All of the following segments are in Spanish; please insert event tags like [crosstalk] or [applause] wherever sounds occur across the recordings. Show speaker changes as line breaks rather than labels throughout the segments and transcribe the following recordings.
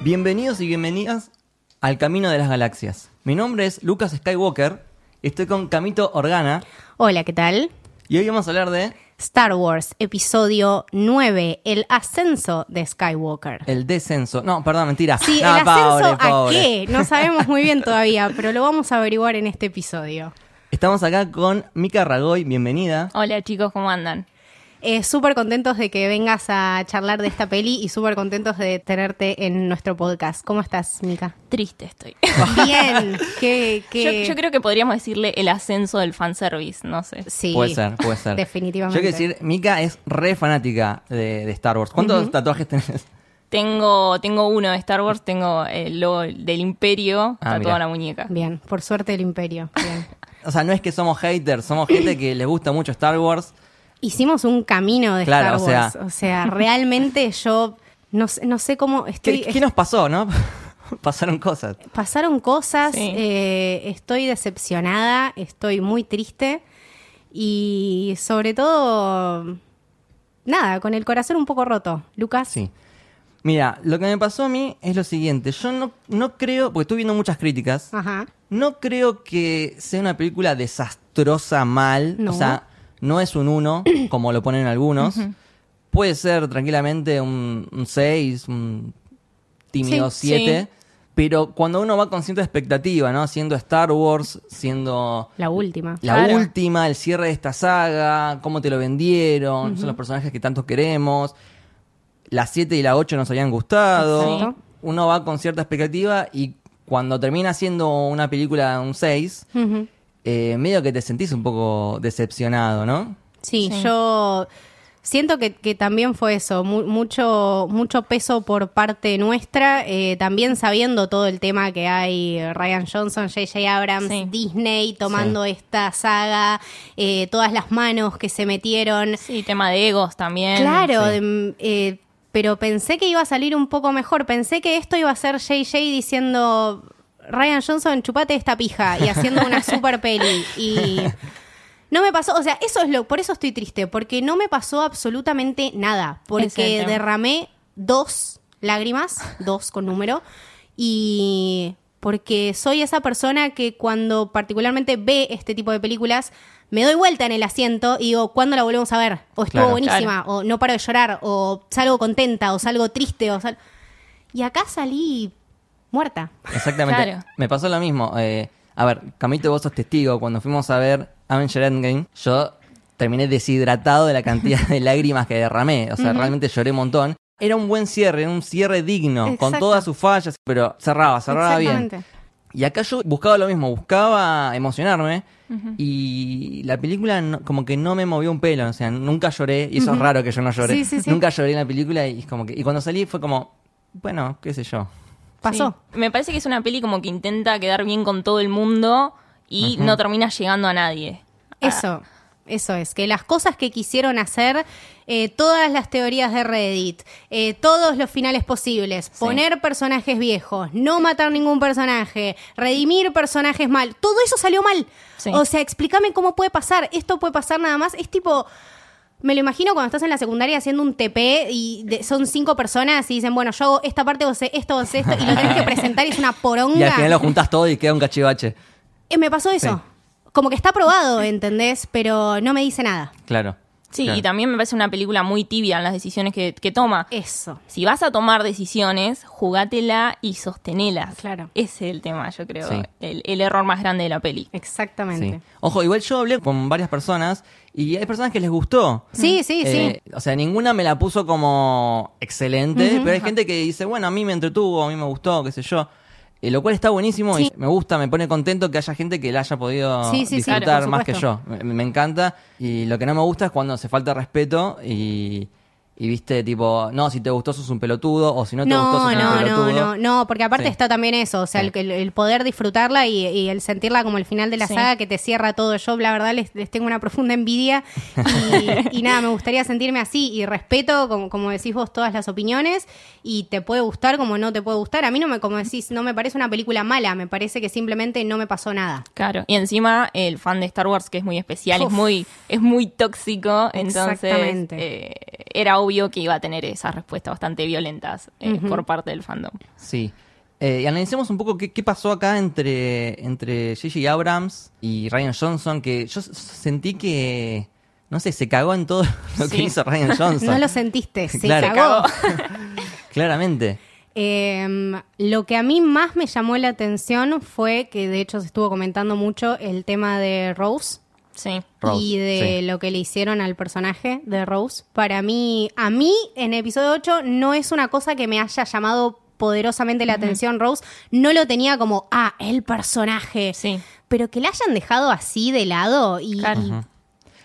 Bienvenidos y bienvenidas al Camino de las Galaxias. Mi nombre es Lucas Skywalker, estoy con Camito Organa
Hola, ¿qué tal?
y hoy vamos a hablar de
Star Wars, episodio 9, el ascenso de Skywalker.
el descenso. No, perdón, mentira.
Sí,
No,
el ascenso
Ah, pobre, pobre.
a qué, no sabemos
[laughs]
muy bien todavía, pero lo vamos a averiguar en este episodio.
Estamos acá con Mika Ragoy, bienvenida.
Hola chicos, ¿cómo andan?
Eh, súper contentos de que vengas a charlar de esta peli y súper contentos de tenerte en nuestro podcast. ¿Cómo estás, Mika?
Triste estoy. [laughs]
[laughs]
Bien, qué,
Yo,
qué-
yo creo que podríamos decirle el ascenso del fanservice, no sé.
Sí,
Puede ser, puede ser.
Definitivamente.
Yo quiero decir, Mika es re fanática de, de Star Wars. ¿Cuántos tatuajes tenés?
Tengo, tengo uno de Star Wars, tengo el logo del imperio,
Ah,
tatuado
mirá.
en la muñeca.
Bien, por suerte el imperio. Bien.
O sea, no es que somos haters, somos gente que les gusta mucho Star Wars.
hicimos un camino de
Claro, o
Star Wars. O
sea- [laughs]
sea, realmente yo no, sé- no sé cómo estoy.
¿Qué, qué nos pasó, no? [laughs] Pasaron cosas.
es- Pasaron cosas,
Sí.
eh, estoy decepcionada, estoy muy triste y sobre todo, nada, con el corazón un poco roto. Lucas,
Sí. Mira, lo que me pasó a mí es lo siguiente. Yo no, no creo, porque estoy viendo muchas críticas,
Ajá.
no creo que sea una película desastrosa mal.
No.
O sea, no es un
[clears throat]
1, como lo ponen algunos. Puede ser tranquilamente un 6, un tímido
Sí,
7.
sí.
Pero cuando uno va con cierta expectativa, ¿no? Siendo Star Wars, siendo
la última.
la
Claro.
última, el cierre de esta saga, cómo te lo vendieron, son los personajes que tanto queremos. Las 7 y la 8 nos habían gustado.
Exacto.
Uno va con cierta expectativa y cuando termina siendo una película un 6,
Ujú.
eh, medio que te sentís un poco decepcionado, ¿no?
Sí,
Sí.
yo siento que, que también fue eso, mu- mucho, mucho peso por parte nuestra, eh, también sabiendo todo el tema que hay eh, Ryan Johnson, JJ Abrams,
Sí.
Disney tomando esta saga, eh, todas las manos que se metieron.
Sí, tema de egos también.
Claro,
Sí.
de- mm, eh, pero pensé que iba a salir un poco mejor, pensé que esto iba a ser JJ diciendo... Ryan Johnson, chupate esta pija y haciendo una super peli. Y no me pasó, o sea, eso es lo, por eso estoy triste, porque no me pasó absolutamente nada,
Ese es
porque
el tema.
derramé dos lágrimas, dos con número, y porque soy esa persona que cuando particularmente ve este tipo de películas, me doy vuelta en el asiento y digo, ¿cuándo la volvemos a ver? O estuvo
Claro.
buenísima, o no paro de llorar, o salgo contenta, o salgo triste, o sal... Y acá salí muerta.
Exactamente.
Claro.
Me pasó lo mismo. eh, a ver, Camito, vos sos testigo. Cuando fuimos a ver Avenger Endgame, yo terminé deshidratado de la cantidad
[laughs]
de lágrimas que derramé. O sea, realmente lloré un montón. Era un buen cierre, era un cierre digno, con
Exacto.
todas sus fallas, pero cerraba, cerraba bien.
Exactamente.
Y acá yo buscaba lo mismo, buscaba emocionarme y la película no- como que no me movió un pelo, o sea, nunca lloré y eso es raro que yo no lloré.
Sí, sí, sí.
Nunca lloré en la película y es como que y cuando salí fue como, bueno, qué sé yo.
Pasó.
Sí. Me parece que es una peli como que intenta quedar bien con todo el mundo y no termina llegando a nadie.
Ah.
Eso, eso es, que las cosas que quisieron hacer, eh, todas las teorías de Reddit, eh, todos los finales posibles, poner personajes viejos, no matar ningún personaje, redimir personajes mal, todo eso salió mal.
Sí.
O sea, explícame cómo puede pasar, esto puede pasar nada más, es tipo... Me lo imagino cuando estás en la secundaria haciendo un TP y de- son cinco personas y dicen, bueno, yo hago esta parte, vos haces esto, vos haces esto, y lo tenés que presentar y es una poronga.
[laughs] Y al final lo juntás todo y queda un cachivache.
Eh, me pasó eso. Como que está aprobado, ¿entendés? Pero no me dice nada.
Claro.
Sí,
Claro.
y también me parece una película muy tibia en las decisiones que, que toma.
Eso.
Si vas a tomar decisiones, jugátela y sostenelas.
Claro.
Ese es el tema, yo creo.
Sí.
El, el error más grande de la peli.
Exactamente.
Sí. Ojo, igual yo hablé con varias personas y hay personas que les gustó.
Sí, sí,
Eh, O sea, ninguna me la puso como excelente, pero hay gente que dice, bueno, a mí me entretuvo, a mí me gustó, qué sé yo. Eh, lo cual está buenísimo
Sí.
y me gusta, me pone contento que haya gente que la haya podido
Sí, sí, sí,
disfrutar
claro, por
más que yo.
supuesto.
Me, me encanta. Y lo que no me gusta es cuando se falta respeto y, y viste, tipo, no, si te gustó sos un pelotudo o si no te gustó
No,
sos un
no,
pelotudo.
no, no, no, porque aparte
Sí.
está también eso, o sea,
Sí.
el- el, el poder disfrutarla y, y el sentirla como el final de la
Sí.
saga que te cierra todo. Yo, la verdad, les, les tengo una profunda envidia y, y nada, me gustaría sentirme así y respeto, como, como decís vos, todas las opiniones y te puede gustar como no te puede gustar. A mí no me, como decís, no me parece una película mala, me parece que simplemente no me pasó nada.
Claro. Y encima el fan de Star Wars que es muy especial,
Uf.
es muy es muy tóxico, entonces
Exactamente.
eh, era obvio que iba a tener esas respuestas bastante violentas eh,
Ujú.
por parte del fandom.
Sí. Eh, y analicemos un poco qué, qué pasó acá entre, entre Gigi Abrams y Ryan Johnson, que yo s- sentí que, no sé, se cagó en todo [laughs] lo que
Sí.
hizo Ryan Johnson.
[laughs] No lo
[laughs]
sentiste, se
Claro.
cagó.
[laughs] Claramente.
Eh, lo que a mí más me llamó la atención fue que de hecho se estuvo comentando mucho el tema de Rose
Sí.
Rose,
y de
sí.
lo que le hicieron al personaje de Rose. Para mí, a mí en episodio 8 no es una cosa que me haya llamado poderosamente la atención Rose. No lo tenía como, ah, el personaje.
Sí.
Pero que la hayan dejado así de lado y...
Claro.
y-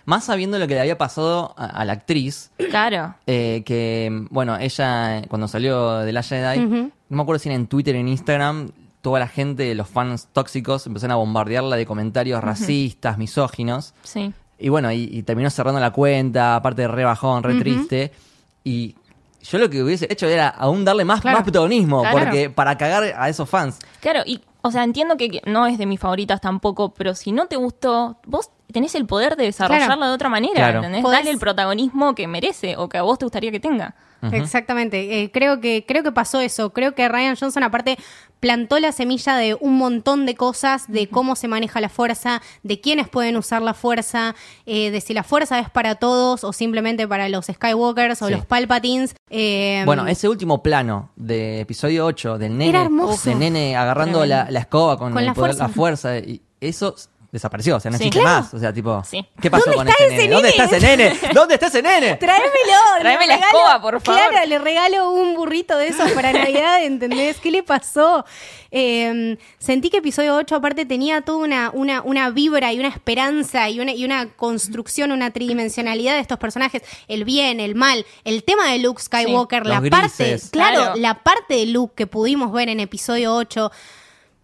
Más sabiendo lo que le había pasado a, a la actriz,
Claro.
eh, que, bueno, ella, eh, cuando salió de la Jedi, no me acuerdo si era en Twitter o en Instagram, toda la gente, los fans tóxicos, empezaron a bombardearla de comentarios racistas, misóginos.
Sí.
Y bueno, y, y terminó cerrando la cuenta, aparte de re bajón, re triste. Y yo lo que hubiese hecho era aún darle más,
Claro.
más protagonismo,
Claro.
porque para cagar a esos fans.
Claro, y, o sea, entiendo que no es de mis favoritas tampoco, pero si no te gustó, vos tenés el poder de desarrollarla
Claro.
de otra manera,
Claro.
¿entendés?
Podés-
Dale el protagonismo que merece o que a vos te gustaría que tenga.
Exactamente, Eh, creo que creo que pasó eso, creo que Ryan Johnson aparte plantó la semilla de un montón de cosas, de cómo se maneja la fuerza, de quiénes pueden usar la fuerza, eh, de si la fuerza es para todos o simplemente para los Skywalkers o
Sí.
los Palpatines. Eh,
Bueno, ese último plano de episodio 8 del nene,
Era hermoso.
del nene agarrando
Tremendo.
la, la escoba con,
Con
el
la
poder-
fuerza.
la fuerza, y eso s- desapareció, o sea, no
Sí.
existe
Claro.
más. O sea, tipo,
Sí.
¿qué pasó
¿Dónde
con
está
este
ese
nene? ¿Dónde está
nene?
ese nene?
[laughs]
¿Dónde está ese nene?
Tráemelo. le
Tráeme la
regalo-
escoba, por favor.
Claro, le regalo un burrito de esos
[laughs]
para Navidad, ¿entendés? ¿Qué le pasó? Eh, sentí que episodio 8 aparte tenía toda una, una, una vibra y una esperanza y una, y una construcción, una tridimensionalidad de estos personajes. El bien, el mal, el tema de Luke Skywalker,
Sí.
la
Los
parte,
grises.
claro,
Claro.
la parte de Luke que pudimos ver en episodio 8.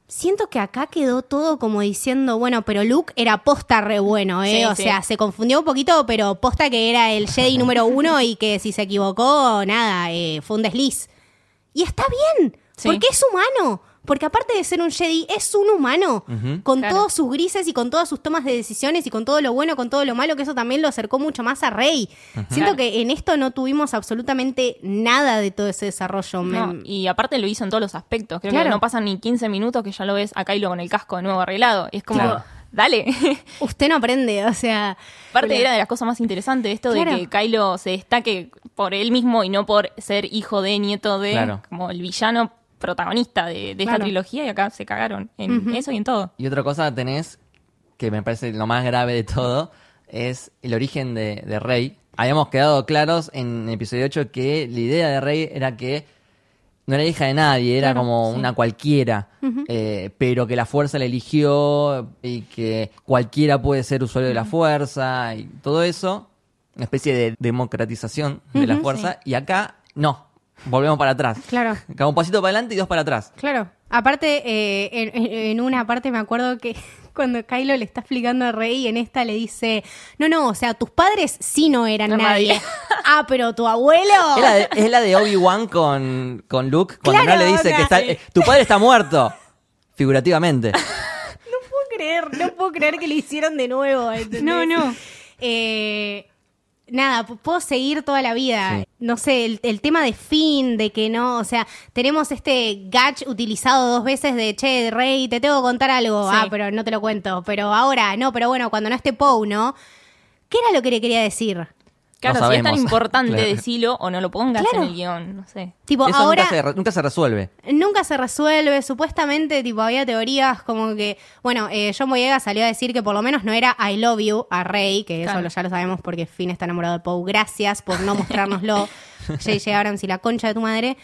Siento que acá quedó todo como diciendo, bueno, pero Luke era posta re bueno, ¿eh?
Sí,
o
sí.
sea, se confundió un poquito, pero posta que era el Jedi número uno y que si se equivocó, nada, eh, fue un desliz. Y está bien,
Sí.
porque es humano. Porque aparte de ser un Jedi, es un humano. Con
Claro.
todos sus grises y con todas sus tomas de decisiones y con todo lo bueno, con todo lo malo, que eso también lo acercó mucho más a Rey. Siento
Claro.
que en esto no tuvimos absolutamente nada de todo ese desarrollo.
No,
Me-
y aparte lo hizo en todos los aspectos. Creo
Claro.
que no pasan ni 15 minutos que ya lo ves a Kylo con el casco de nuevo arreglado. Y es como,
Claro.
dale. [laughs]
Usted no aprende, o sea.
Aparte
Julia.
era de las cosas más interesantes esto
Claro.
de que Kylo se destaque por él mismo y no por ser hijo de, nieto de,
Claro.
como el villano protagonista de, de esta
Claro.
trilogía y acá se cagaron en eso y en todo.
Y otra cosa tenés, que me parece lo más grave de todo, es el origen de, de Rey. Habíamos quedado claros en el episodio 8 que la idea de Rey era que no era hija de nadie, era como una cualquiera, eh, pero que la fuerza la eligió y que cualquiera puede ser usuario de la fuerza y todo eso, una especie de democratización de la fuerza. Y acá no, volvemos para atrás.
Claro.
Acá un pasito para adelante y dos para atrás.
Claro. Aparte, eh, en, en- en una parte me acuerdo que [laughs] cuando Kylo le está explicando a Rey, en esta le dice, no, no, o sea, tus padres sí no eran
No,
nadie.
nadie.
[laughs] ah, pero tu abuelo.
Es la de, es la de Obi-Wan con, con Luke cuando
Claro,
no le dice
o sea,
que está-
sí.
eh, tu padre está muerto. Figurativamente.
No puedo creer, no puedo creer que le hicieron de nuevo. ¿entendés?
No, no.
Eh, nada, p- puedo seguir toda la vida.
Sí.
No sé, el, el tema de Finn, de que no, o sea, tenemos este gadget utilizado dos veces de, che, Rey, te tengo que contar algo.
Sí.
Ah, pero no te lo cuento. Pero ahora, no, pero bueno, cuando no esté Poe, ¿no? ¿Qué era lo que le quería decir?
Claro,
No
si es tan
sabemos. [laughs]
importante
Claro.
decirlo o no lo pongas
Claro.
en el guión, no sé.
Tipo,
Eso
ahora...
nunca, se, re- nunca se resuelve.
Nunca se resuelve, supuestamente tipo había teorías como que, bueno, eh, John Boyega salió a decir que por lo menos no era I love you a Rey, que eso
Claro.
lo- ya lo sabemos porque Finn está enamorado de Poe, gracias por no
[laughs]
mostrárnoslo, JJ Abrams y la concha de tu madre,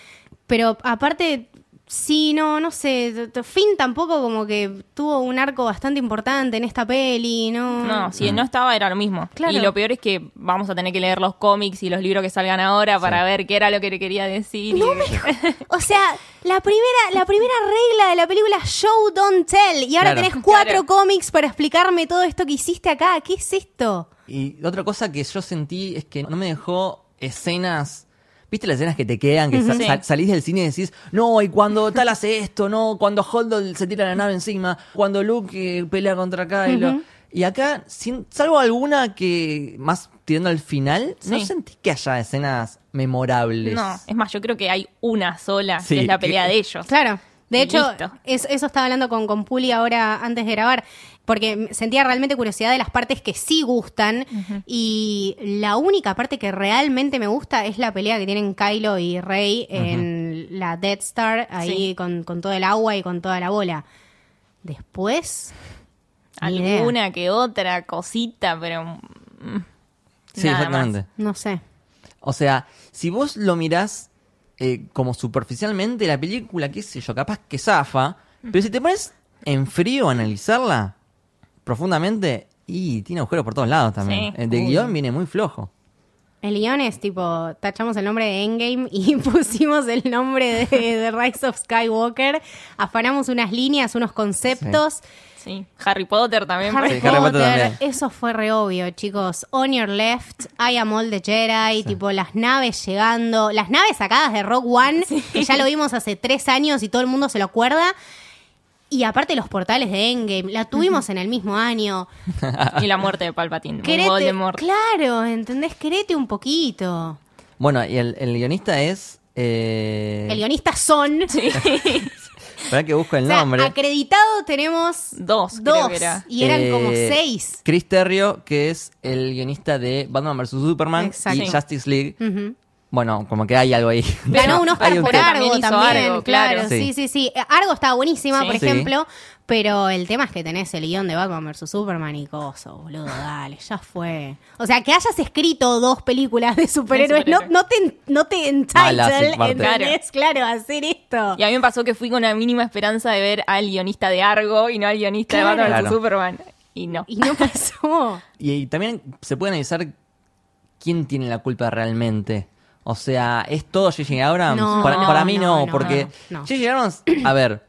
pero aparte, sí, no, no sé, t- t- Finn tampoco como que tuvo un arco bastante importante en esta peli, ¿no?
Mm.
No, si no estaba era lo mismo.
Claro.
Y lo peor es que vamos a tener que leer los cómics y los libros que salgan ahora para ver qué era lo que le quería decir. y- [laughs]
O sea, la primera, la primera regla de la película es Show Don't Tell. Y ahora
Claro.
tenés cuatro
Claro.
cómics para explicarme todo esto que hiciste acá. ¿Qué es esto?
Y otra cosa que yo sentí es que no me dejó escenas. ¿Viste las escenas que te quedan? Que sa-
Sí.
sa- salís del cine y decís, no, y cuando tal hace esto, no, cuando Holdo se tira la nave encima, cuando Luke eh, pelea contra Kylo. Y acá, sin, salvo alguna que más tirando al final, no
Sí.
sentí que haya escenas memorables.
No, es más, yo creo que hay una sola,
Sí,
que es la
que-
pelea de ellos.
Claro. De
Y
hecho,
listo.
es- eso estaba hablando con, con Puli ahora antes de grabar, porque m- sentía realmente curiosidad de las partes que sí gustan. Y la única parte que realmente me gusta es la pelea que tienen Kylo y Rey en la Dead Star, ahí
Sí.
con, con todo el agua y con toda la bola. Después, ni idea.
Alguna que otra cosita, pero mm,
sí,
nada
exactamente.
más.
no sé.
O sea, si vos lo mirás eh, como superficialmente, la película, qué sé yo, capaz que zafa, pero si te pones en frío a analizarla profundamente, y tiene agujeros por todos lados también.
Sí.
El de
Uy.
guión viene muy flojo.
El guión es tipo, tachamos el nombre de Endgame y [laughs] pusimos el nombre de, de Rise of Skywalker, afanamos unas líneas, unos conceptos.
Sí. Harry Potter también.
Harry,
Sí,
Potter,
Harry Potter también.
eso fue re obvio, chicos. On Your Left, I Am All the Jedi, tipo las naves llegando, las naves sacadas de Rock One, que ya lo vimos hace tres años y todo el mundo se lo acuerda. Y aparte los portales de Endgame, la tuvimos en el mismo año.
Y la muerte de Palpatine.
Querete-
Voldemort.
claro, ¿entendés? Querete un poquito.
Bueno, y el, el guionista es. Eh,
El guionista son.
Esperá que busco el
O sea,
nombre.
acreditado tenemos
Dos, creo
dos
que era.
y eran como
Eh,
seis.
Chris Terrio, que es el guionista de Batman vs. Superman
Exacto.
y Justice League.
Ujú.
Bueno, como que hay algo ahí.
Ganó un
[laughs]
Oscar
Hay un
por
qué.
tema.
Argo también,
También hizo Argo,
claro.
claro.
Sí.
Sí.
sí, sí, Argo estaba buenísima,
Sí.
por
Sí.
ejemplo, pero el tema es que tenés el guión de Batman vs. Superman y coso, boludo, dale, ya fue. O sea, que hayas escrito dos películas de superhéroes, no,
superhéroes.
no te, no te
Mala, sí,
entitle,
parte.
¿entendés? Claro, hacer esto.
Y a mí me pasó que fui con una mínima esperanza de ver al guionista de Argo y no al guionista
Claro.
de Batman vs
Claro.
Superman. Y no.
Y no pasó.
Y, y también se puede analizar quién tiene la culpa realmente. O sea, ¿es todo J.J. Abrams?
No,
para,
no,
para mí no,
no, no,
porque
no, no.
J.J. Abrams, a ver,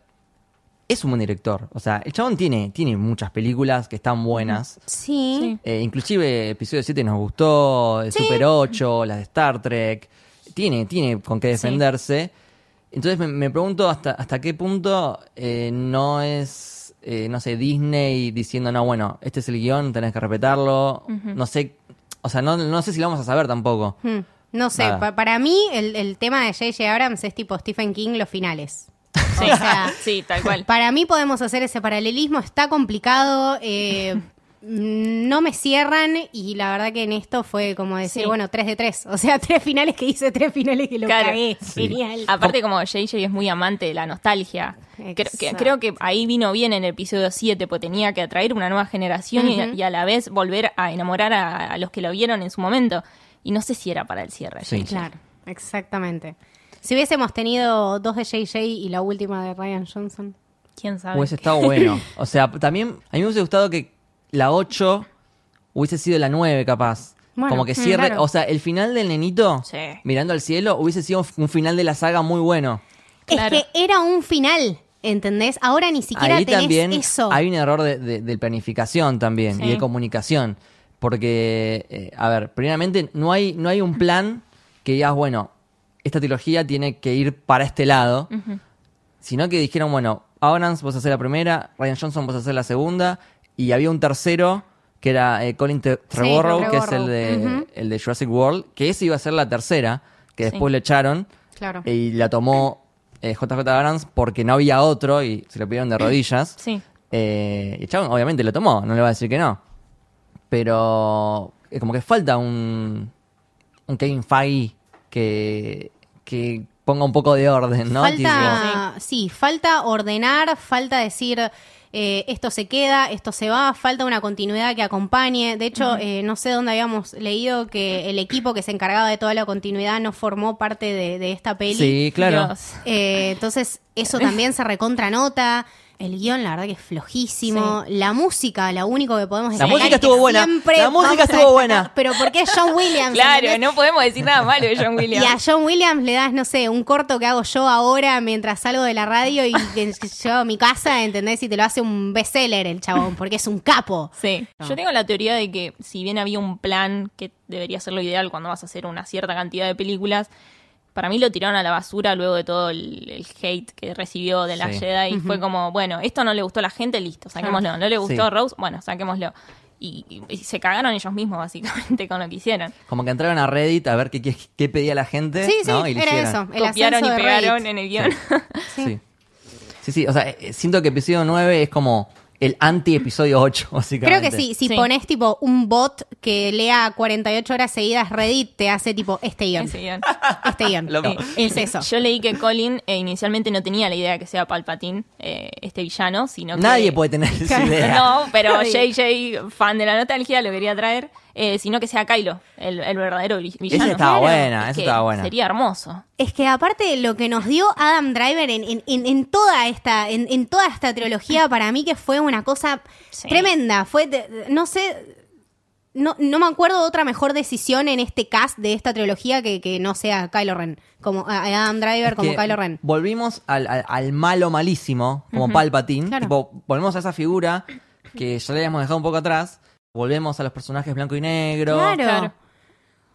es un buen director. O sea, el chabón tiene, tiene muchas películas que están buenas.
Sí.
Sí.
Eh, inclusive episodio 7 nos gustó, el Super 8, las de Star Trek. Tiene, tiene con qué defenderse. Entonces me, me pregunto hasta, hasta qué punto eh, no es, eh, no sé, Disney diciendo, no, bueno, este es el guión, tenés que respetarlo. No sé, o sea, no, no sé si lo vamos a saber tampoco.
Hmm, No sé,
Nada.
pa- para mí el, el tema de J.J. Abrams es tipo Stephen King los finales.
Sí,
O sea,
[laughs] sí, tal cual.
Para mí podemos hacer ese paralelismo, está
[laughs]
complicado, eh, mm, no me cierran y la verdad que en esto fue como decir,
Sí.
bueno, tres de tres, o sea, [laughs] tres finales que hice, tres finales que lo
Claro.
cagué,
Sí.
genial.
Aparte, como JJ es muy amante de la nostalgia, creo que,
Exacto.
creo que ahí vino bien en el episodio 7, pues tenía que atraer una nueva generación y-
Ujú.
y, a la vez volver a enamorar a, a los que lo vieron en su momento. Y no sé si era para el cierre.
Sí.
Claro, exactamente. Si hubiésemos tenido dos de JJ y la última de Ryan Johnson.
¿Quién sabe?
Hubiese estado
[laughs]
bueno. O sea, también a mí me hubiese gustado que la 8 hubiese sido la 9 capaz.
Bueno,
Como que
mm,
cierre,
claro.
o sea, el final del nenito
Sí.
mirando al cielo hubiese sido un final de la saga muy bueno.
Claro.
Es que era un final, ¿entendés? Ahora ni siquiera
Ahí
tenés
también
eso.
hay un error de, de- de planificación también
Sí.
y de comunicación. Porque, eh, a ver, primeramente no hay, no hay un plan que digas, bueno, esta trilogía tiene que ir para este lado. Sino que dijeron, bueno, Abrams vos hacer la primera, Ryan Johnson vos hacer la segunda. Y había un tercero que era eh, Colin Te- Trevorrow, que es el de,
Trevorrow. Ujú.
el de Jurassic World, que ese iba a ser la tercera, que después lo echaron.
Claro.
Y la tomó eh, JJ Abrams porque no había otro y se lo pidieron de rodillas.
Sí.
Eh, y el chabón obviamente lo tomó, no le va a decir que no. Pero eh, como que falta un, un Kevin Feige que, que ponga un poco de orden, ¿no?
Falta, sí, falta ordenar, falta decir eh, esto se queda, esto se va, falta una continuidad que acompañe. De hecho, eh, no sé dónde habíamos leído que el equipo que se encargaba de toda la continuidad no formó parte de, de esta peli.
Tipo, sí, claro.
Dios.
Eh, entonces, eso también se recontranota. El guión, la verdad que es flojísimo. La música, lo único que podemos
La
destacar
música
y que
estuvo buena,
siempre
la música
vamos a
estuvo buena.
destacar, Pero porque es John Williams.
Claro,
¿entendés?
no podemos decir nada malo de
[laughs]
John
Y
Williams.
a John Williams le das, no sé, un corto que hago yo ahora mientras salgo de la radio
[laughs]
y que llevo a mi casa, ¿entendés? Y te lo hace un bestseller el chabón, porque es un capo.
Sí.
No.
Yo tengo la teoría de que si bien había un plan que debería ser lo ideal cuando vas a hacer una cierta cantidad de películas, para mí lo tiraron a la basura luego de todo el, el hate que recibió de la
Sí.
Jedi. Y fue como, bueno, esto no le gustó a la gente, listo, saquémoslo. No le gustó
Sí.
a Rose, bueno, saquémoslo. y, y- y se cagaron ellos mismos, básicamente, [laughs] con lo que hicieron.
Como que entraron a Reddit a ver qué, qué- qué pedía la gente.
Sí, sí,
¿no? Y lo
era eso.
hicieron.
El
Copiaron y
ascenso de
pegaron
Reddit.
en el guión. [laughs]
Sí. sí. Sí, o sea, eh, siento que episodio 9 es como el anti-episodio [laughs] 8,
Creo
básicamente.
que sí, si
Sí.
pones tipo un bot que lea 48 horas seguidas Reddit, te hace tipo este guión.
Ese guión.
Este
[laughs]
guión.
Lo-
Eh,
es eso.
Yo leí que Colin eh, inicialmente no tenía la idea de que sea Palpatine eh, este villano, sino que...
Nadie puede tener
[laughs]
esa idea.
No, pero
Nadie.
JJ, fan de la nostalgia, lo quería traer, eh, sino que sea Kylo, el, el verdadero vi- villano.
estaba buena,
Es
esa
que
estaba buena.
Sería hermoso.
Es que aparte de lo que nos dio Adam Driver en, en- en- en toda esta en, en toda esta
Ah.
trilogía para mí que fue una cosa
Sí.
tremenda, fue de- no sé no, no me acuerdo de otra mejor decisión en este cast de esta trilogía que, que no sea Kylo Ren, como a- a Adam Driver
Es
como
que
Kylo Ren.
Volvimos al, al- al malo malísimo, como Palpatine.
Claro.
Tipo, volvemos a esa figura que ya le habíamos dejado un poco atrás. Volvemos a los personajes blanco y negro.
Claro.
Claro.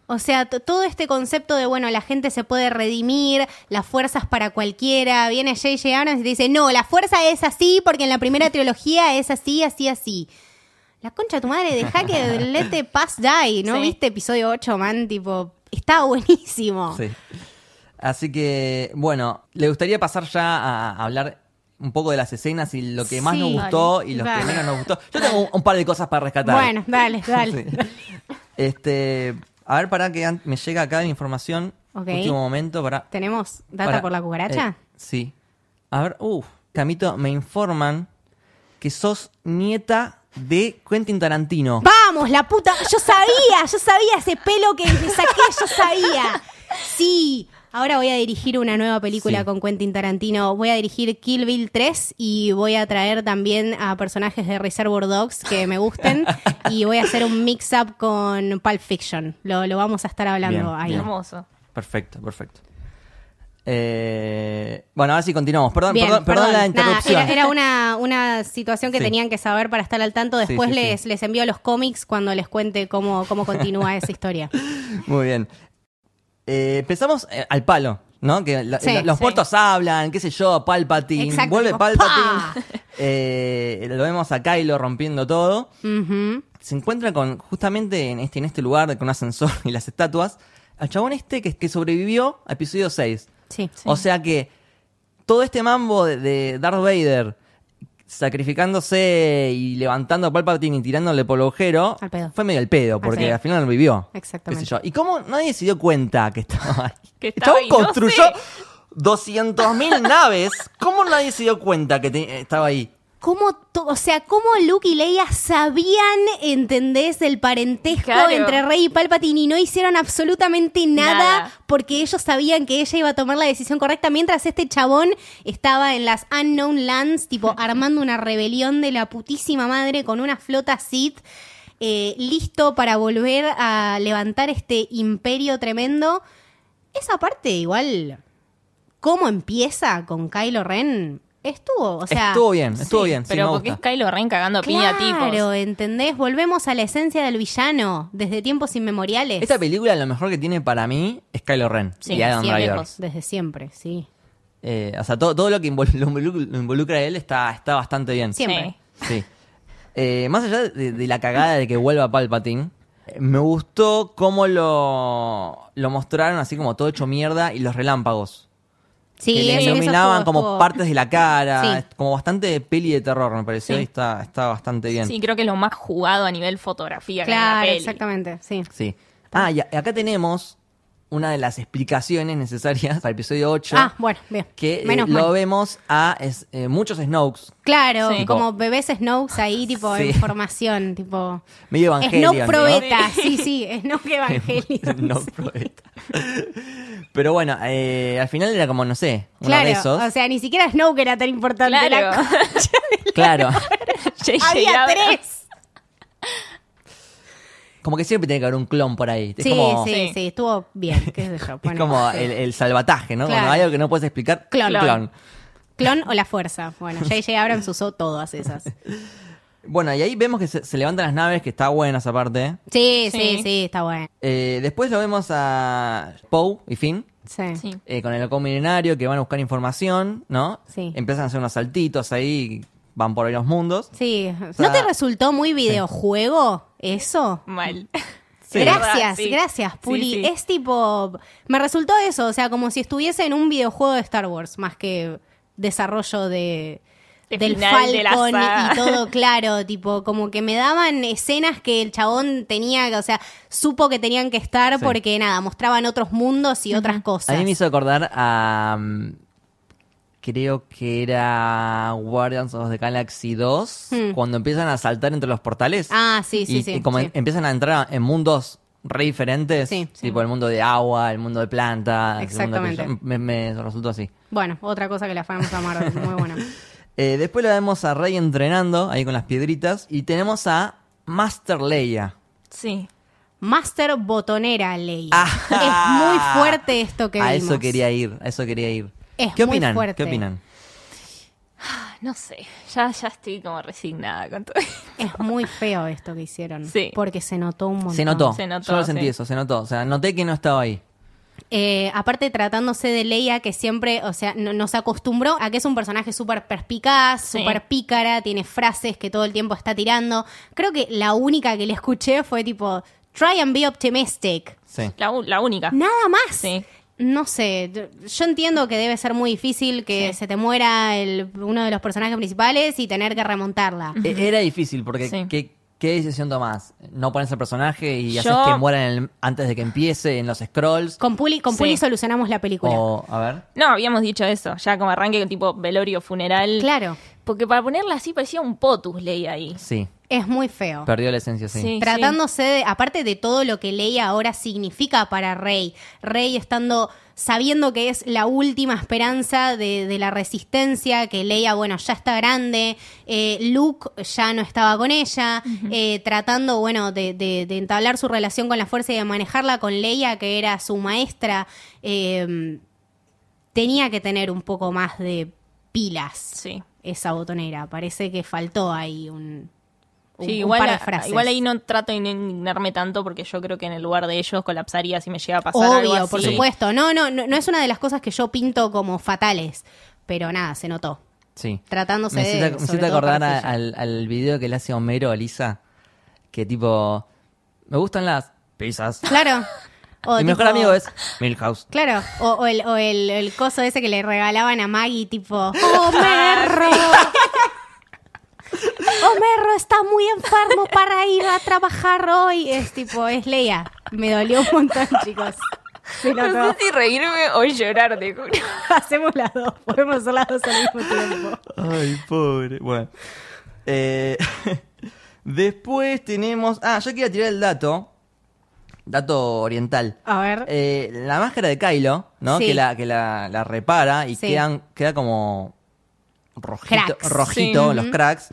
O sea, t- todo este concepto de, bueno, la gente se puede redimir, las fuerzas para cualquiera. Viene J.J. Abrams y te dice, no, la fuerza es así porque en la
[laughs]
primera trilogía es así, así, así. La concha de tu madre, deja
[laughs]
que lete pass die, ¿no?
Sí.
¿Viste episodio 8, man? Tipo, está buenísimo.
Sí. Así que, bueno, le gustaría pasar ya a, a hablar un poco de las escenas y lo que más
Sí.
nos gustó
Vale.
y lo
Vale.
que menos nos gustó. Yo tengo un, un par de cosas para rescatar.
Bueno, dale, dale. [laughs]
Sí. Este, a ver, para que an- me llega acá la información.
Ok.
Último momento para.
¿Tenemos data
para-
por la cucaracha?
eh, sí. A ver, uff, Camito, me informan que sos nieta de Quentin Tarantino.
Vamos, la puta. Yo sabía, yo sabía ese pelo que me saqué, yo sabía. Sí. Ahora voy a dirigir una nueva película
Sí.
con Quentin Tarantino. Voy a dirigir Kill Bill 3 y voy a traer también a personajes de Reservoir Dogs que me gusten. y voy a hacer un mix-up con Pulp Fiction. Lo, lo vamos a estar hablando
Bien,
ahí.
bien.
Hermoso.
Perfecto, perfecto. Eh, bueno, ahora sí continuamos. Perdón,
Bien,
perdón, perdón la
Nada,
interrupción.
era era una, una situación que
Sí.
tenían que saber para estar al tanto.
Sí,
Después
sí, sí.
les, les envío los cómics cuando les cuente cómo, cómo continúa esa
[laughs]
historia.
Muy bien. Eh, empezamos eh, al palo, ¿no? Que la-
Sí,
la- los
sí.
muertos hablan, qué sé yo, Palpatine,
Exacto,
vuelve
tipo, ¡pa!
Palpatine. Eh, lo vemos a Kylo rompiendo todo.
Ujú.
Se encuentra con, justamente en este, en este lugar, con un ascensor [laughs] y las estatuas, al chabón este que, que sobrevivió a episodio 6.
Sí.
O sea que todo este mambo de, de Darth Vader sacrificándose y levantando a Palpatine y tirándole por el agujero
Al pedo.
fue medio el pedo, porque
pedo.
al final lo vivió.
Exactamente.
Qué sé yo. ¿Y cómo nadie se dio cuenta que estaba ahí?
Que
El
estaba
chabón
ahí, no
construyó
sé.
200.000 naves. ¿Cómo nadie se dio cuenta que te- estaba ahí?
¿Cómo to- o sea, cómo Luke y Leia sabían, entendés, el parentesco
Claro.
entre Rey y Palpatine y no hicieron absolutamente nada,
Nada.
porque ellos sabían que ella iba a tomar la decisión correcta mientras este chabón estaba en las Unknown
[laughs]
Lands, tipo armando una rebelión de la putísima madre con una flota Sith. eh, listo para volver a levantar este imperio tremendo. Esa parte igual, cómo empieza con Kylo Ren, estuvo, o sea,
estuvo bien, estuvo
Sí,
bien. sí,
Pero
me
porque es
gusta.
Kylo Ren cagando a piña a
Claro,
tipos.
¿entendés? Volvemos a la esencia del villano desde tiempos inmemoriales.
Esta película lo mejor que tiene para mí es Kylo Ren
Sí,
y Adam
sí,
Driver.
lejos.
Desde siempre, sí.
Eh, o sea, todo, todo lo que invol- lo involucra, lo involucra a él está, está bastante bien.
Siempre.
Sí. Eh, más allá de, de la cagada de que vuelva Palpatine, eh, me gustó cómo lo, lo mostraron así como todo hecho mierda y los relámpagos.
Sí,
que le
eso- eso
iluminaban
estuvo-
como
estuvo-
partes de la cara,
Sí.
como bastante peli de terror me pareció
Sí.
y está, está bastante bien.
Sí, creo que es lo más jugado a nivel fotografía que hay en la
Claro,
peli.
exactamente, sí.
Sí. Ah, y a- acá tenemos una de las explicaciones necesarias para el episodio 8,
Ah, bueno, bien.
que eh,
Menos
lo
mal.
vemos a es- eh, muchos Snokes,
Claro,
Sí.
como bebés Snokes ahí,
[laughs]
tipo,
Sí.
información, tipo...
medio evangélicos. [laughs]
Snoke
[laughs]
probeta, sí, sí, Snoke evangelio.
no [laughs] probeta. Pero bueno, eh, al final era como, no sé, uno
Claro,
de esos.
o sea, [laughs] ni siquiera Snoke era tan importante. era
Claro.
[laughs]
[laughs]
co-
claro.
JJ
Había
Abrams.
tres.
Como que siempre tiene que haber un clon por ahí. Es
Sí,
como,
sí,
Sí.
sí, estuvo bien, qué sé yo.
[laughs] es
bueno,
como
sí.
el, el salvataje, ¿no?
Claro.
Cuando hay algo que no puedes explicar,
Clon.
clon.
Clon o la fuerza. Bueno, J.J. Abrams usó todas esas.
Bueno, y ahí vemos que se, se levantan las naves, que está buena esa parte.
Sí, sí, sí,
Sí.
está bueno.
Eh, después lo vemos a Poe y Finn.
Sí.
Sí.
eh, con el loco milenario que van a buscar información, ¿no?
Sí.
Empiezan a hacer unos saltitos ahí van por ahí los mundos.
Sí.
sea-
¿No te resultó muy videojuego eso?
Mal.
Sí.
Gracias,
Sí.
gracias,
Sí,
Puli.
sí.
Es tipo. Me resultó eso, o sea, como si estuviese en un videojuego de Star Wars, más que desarrollo de.
De
del
final de la
Falcon y-
saga.
y todo [laughs] claro, tipo, como que me daban escenas que el chabón tenía, o sea, supo que tenían que
Sí.
estar porque nada, mostraban otros mundos y otras
A
cosas.
mí me hizo acordar a. mm, Creo que era Guardians of the Galaxy 2,
Hmm.
cuando empiezan a saltar entre los portales.
Ah, sí, sí,
y,
sí.
y como em,
sí.
empiezan a entrar en mundos re diferentes,
Sí,
tipo el mundo de agua, el mundo de plantas. el mundo de-
Exactamente.
me, me resultó así.
Bueno, otra cosa que la fanamos a Marvel, muy buena.
[laughs] Eh, después la vemos a Rey entrenando, ahí con las piedritas, y tenemos a Master Leia.
Sí.
Master Botonera Ley.
Ajá.
Es muy fuerte esto que
Ah. A
vimos.
eso quería ir, a eso quería ir.
Es
¿Qué
muy
opinan?
fuerte.
¿Qué opinan?
Ah, No sé. Ya, ya estoy como resignada con todo. [laughs]
Es muy feo esto que hicieron.
Sí.
Porque se notó un montón.
Se notó.
Se notó,
Yo lo sentí
sí.
eso, se notó. O sea, noté que no estaba ahí.
Eh, aparte, tratándose de Leia, que siempre, o sea, no- nos acostumbró a que es un personaje súper perspicaz,
Sí.
súper pícara, tiene frases que todo el tiempo está tirando. Creo que la única que le escuché fue tipo, try and be optimistic.
Sí.
La, u- la única.
Nada más.
Sí.
No sé, yo- yo entiendo que debe ser muy difícil que
Sí.
se te muera el- uno de los personajes principales y tener que remontarla.
Mm.
E- Era difícil porque
Sí.
¿qué, qué decisión tomás? ¿No pones al personaje y
Yo-
haces que muera en el- antes de que empiece en los scrolls?
Con Puli, con Puli
Sí. Oh.
solucionamos la película.
O, a ver.
No, habíamos dicho eso. Ya como arranque tipo velorio, funeral.
Claro,
Porque para ponerla así parecía un potus ley ahí.
Sí,
es muy feo.
perdió la esencia, sí.
Sí.
tratándose de, aparte de todo lo que Leia ahora significa para Rey, Rey estando, sabiendo que es la última esperanza de, de la resistencia, que Leia, bueno, ya está grande, eh, Luke ya no estaba con ella, eh, tratando, bueno, de, de- de entablar su relación con la fuerza y de manejarla con Leia, que era su maestra, eh, tenía que tener un poco más de pilas
Sí.
esa botonera, parece que faltó ahí un... un-
Sí,
un
igual,
par de
a-
frases.
igual ahí no trato de no indignarme tanto porque yo creo que en el lugar de ellos colapsaría si me llega a pasar algo
Obvio,
así.
por supuesto. No, no, no, no es una de las cosas que yo pinto como fatales. Pero nada, se notó.
Sí.
Tratándose
me
de-
hiciste, me
sobre
hiciste
todo
acordar a-
para
al, al video que le hace Homero a Lisa, que tipo, me gustan las pizzas.
Claro.
[laughs]
O
Mi
Oh, tipo-
mejor amigo es Milhouse.
Claro, o, o el, o el, el coso ese que le regalaban a Maggie, tipo,
[laughs]
"Oh, ¡Homerro! ¡Homerro "Oh, está muy enfermo para ir a trabajar hoy! Es tipo, es Leia. Me dolió un montón, chicos.
[laughs]
Se
No
notó.
sé si reírme o llorar, te juro.
Hacemos las dos, podemos hacer las dos al mismo tiempo.
Ay, pobre. Bueno. Eh, [laughs] después tenemos... Ah, yo quería tirar el dato. Dato oriental.
A ver.
Eh, la máscara de Kylo, ¿no?
Sí.
Que, la, que la, la repara y
Sí.
quedan, queda como rojito,
Cracks.
rojito
Sí.
los cracks.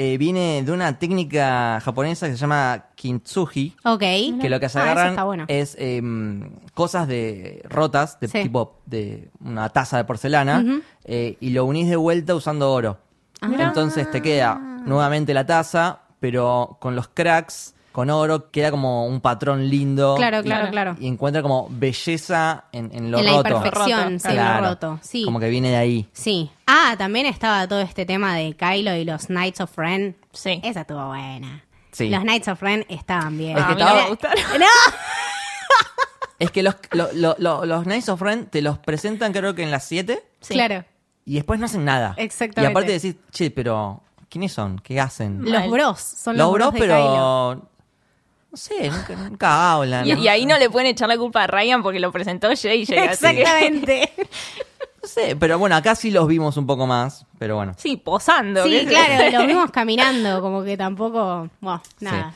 Eh, viene de una técnica japonesa que se llama kintsugi,
Ok.
que lo que se
Ah, eso
agarran
está bueno.
es em, cosas de rotas, de
Sí.
tipo de una taza de porcelana, eh, y lo unís de vuelta usando oro.
Ah,
Entonces te queda nuevamente la taza, pero con los cracks, con oro, queda como un patrón lindo.
Claro,
y-
claro, claro.
Y encuentra como belleza en, en lo
en
roto.
la imperfección,
Roto,
sí, en lo
Claro.
roto. Sí.
Como que viene de ahí.
Sí. Ah, también estaba todo este tema de Kylo y los Knights of Ren.
Sí.
Esa estuvo buena.
Sí.
Los Knights of Ren estaban bien.
Ah,
que
a mí no
estaba-
me gustaron.
Es que los, lo- lo- lo- los Knights of Ren te los presentan creo que en las 7
Sí.
Claro.
y después no hacen nada. Y
Exactamente.
aparte decís, che, pero ¿quiénes son? ¿Qué hacen?
Los
Mal.
bros. Son los,
Los bros,
de
pero... [laughs]
Kylo.
No sé, nunca, nunca hablan.
Y,
Ah, ¿no?
y ahí no le pueden echar la culpa a Ryan porque lo presentó JJ. así que-
Exactamente.
No sé, pero bueno, acá sí los vimos un poco más, pero bueno.
Sí, posando.
sí,
¿qué?
claro.
[laughs]
Los vimos caminando, como que tampoco... Bueno, nada.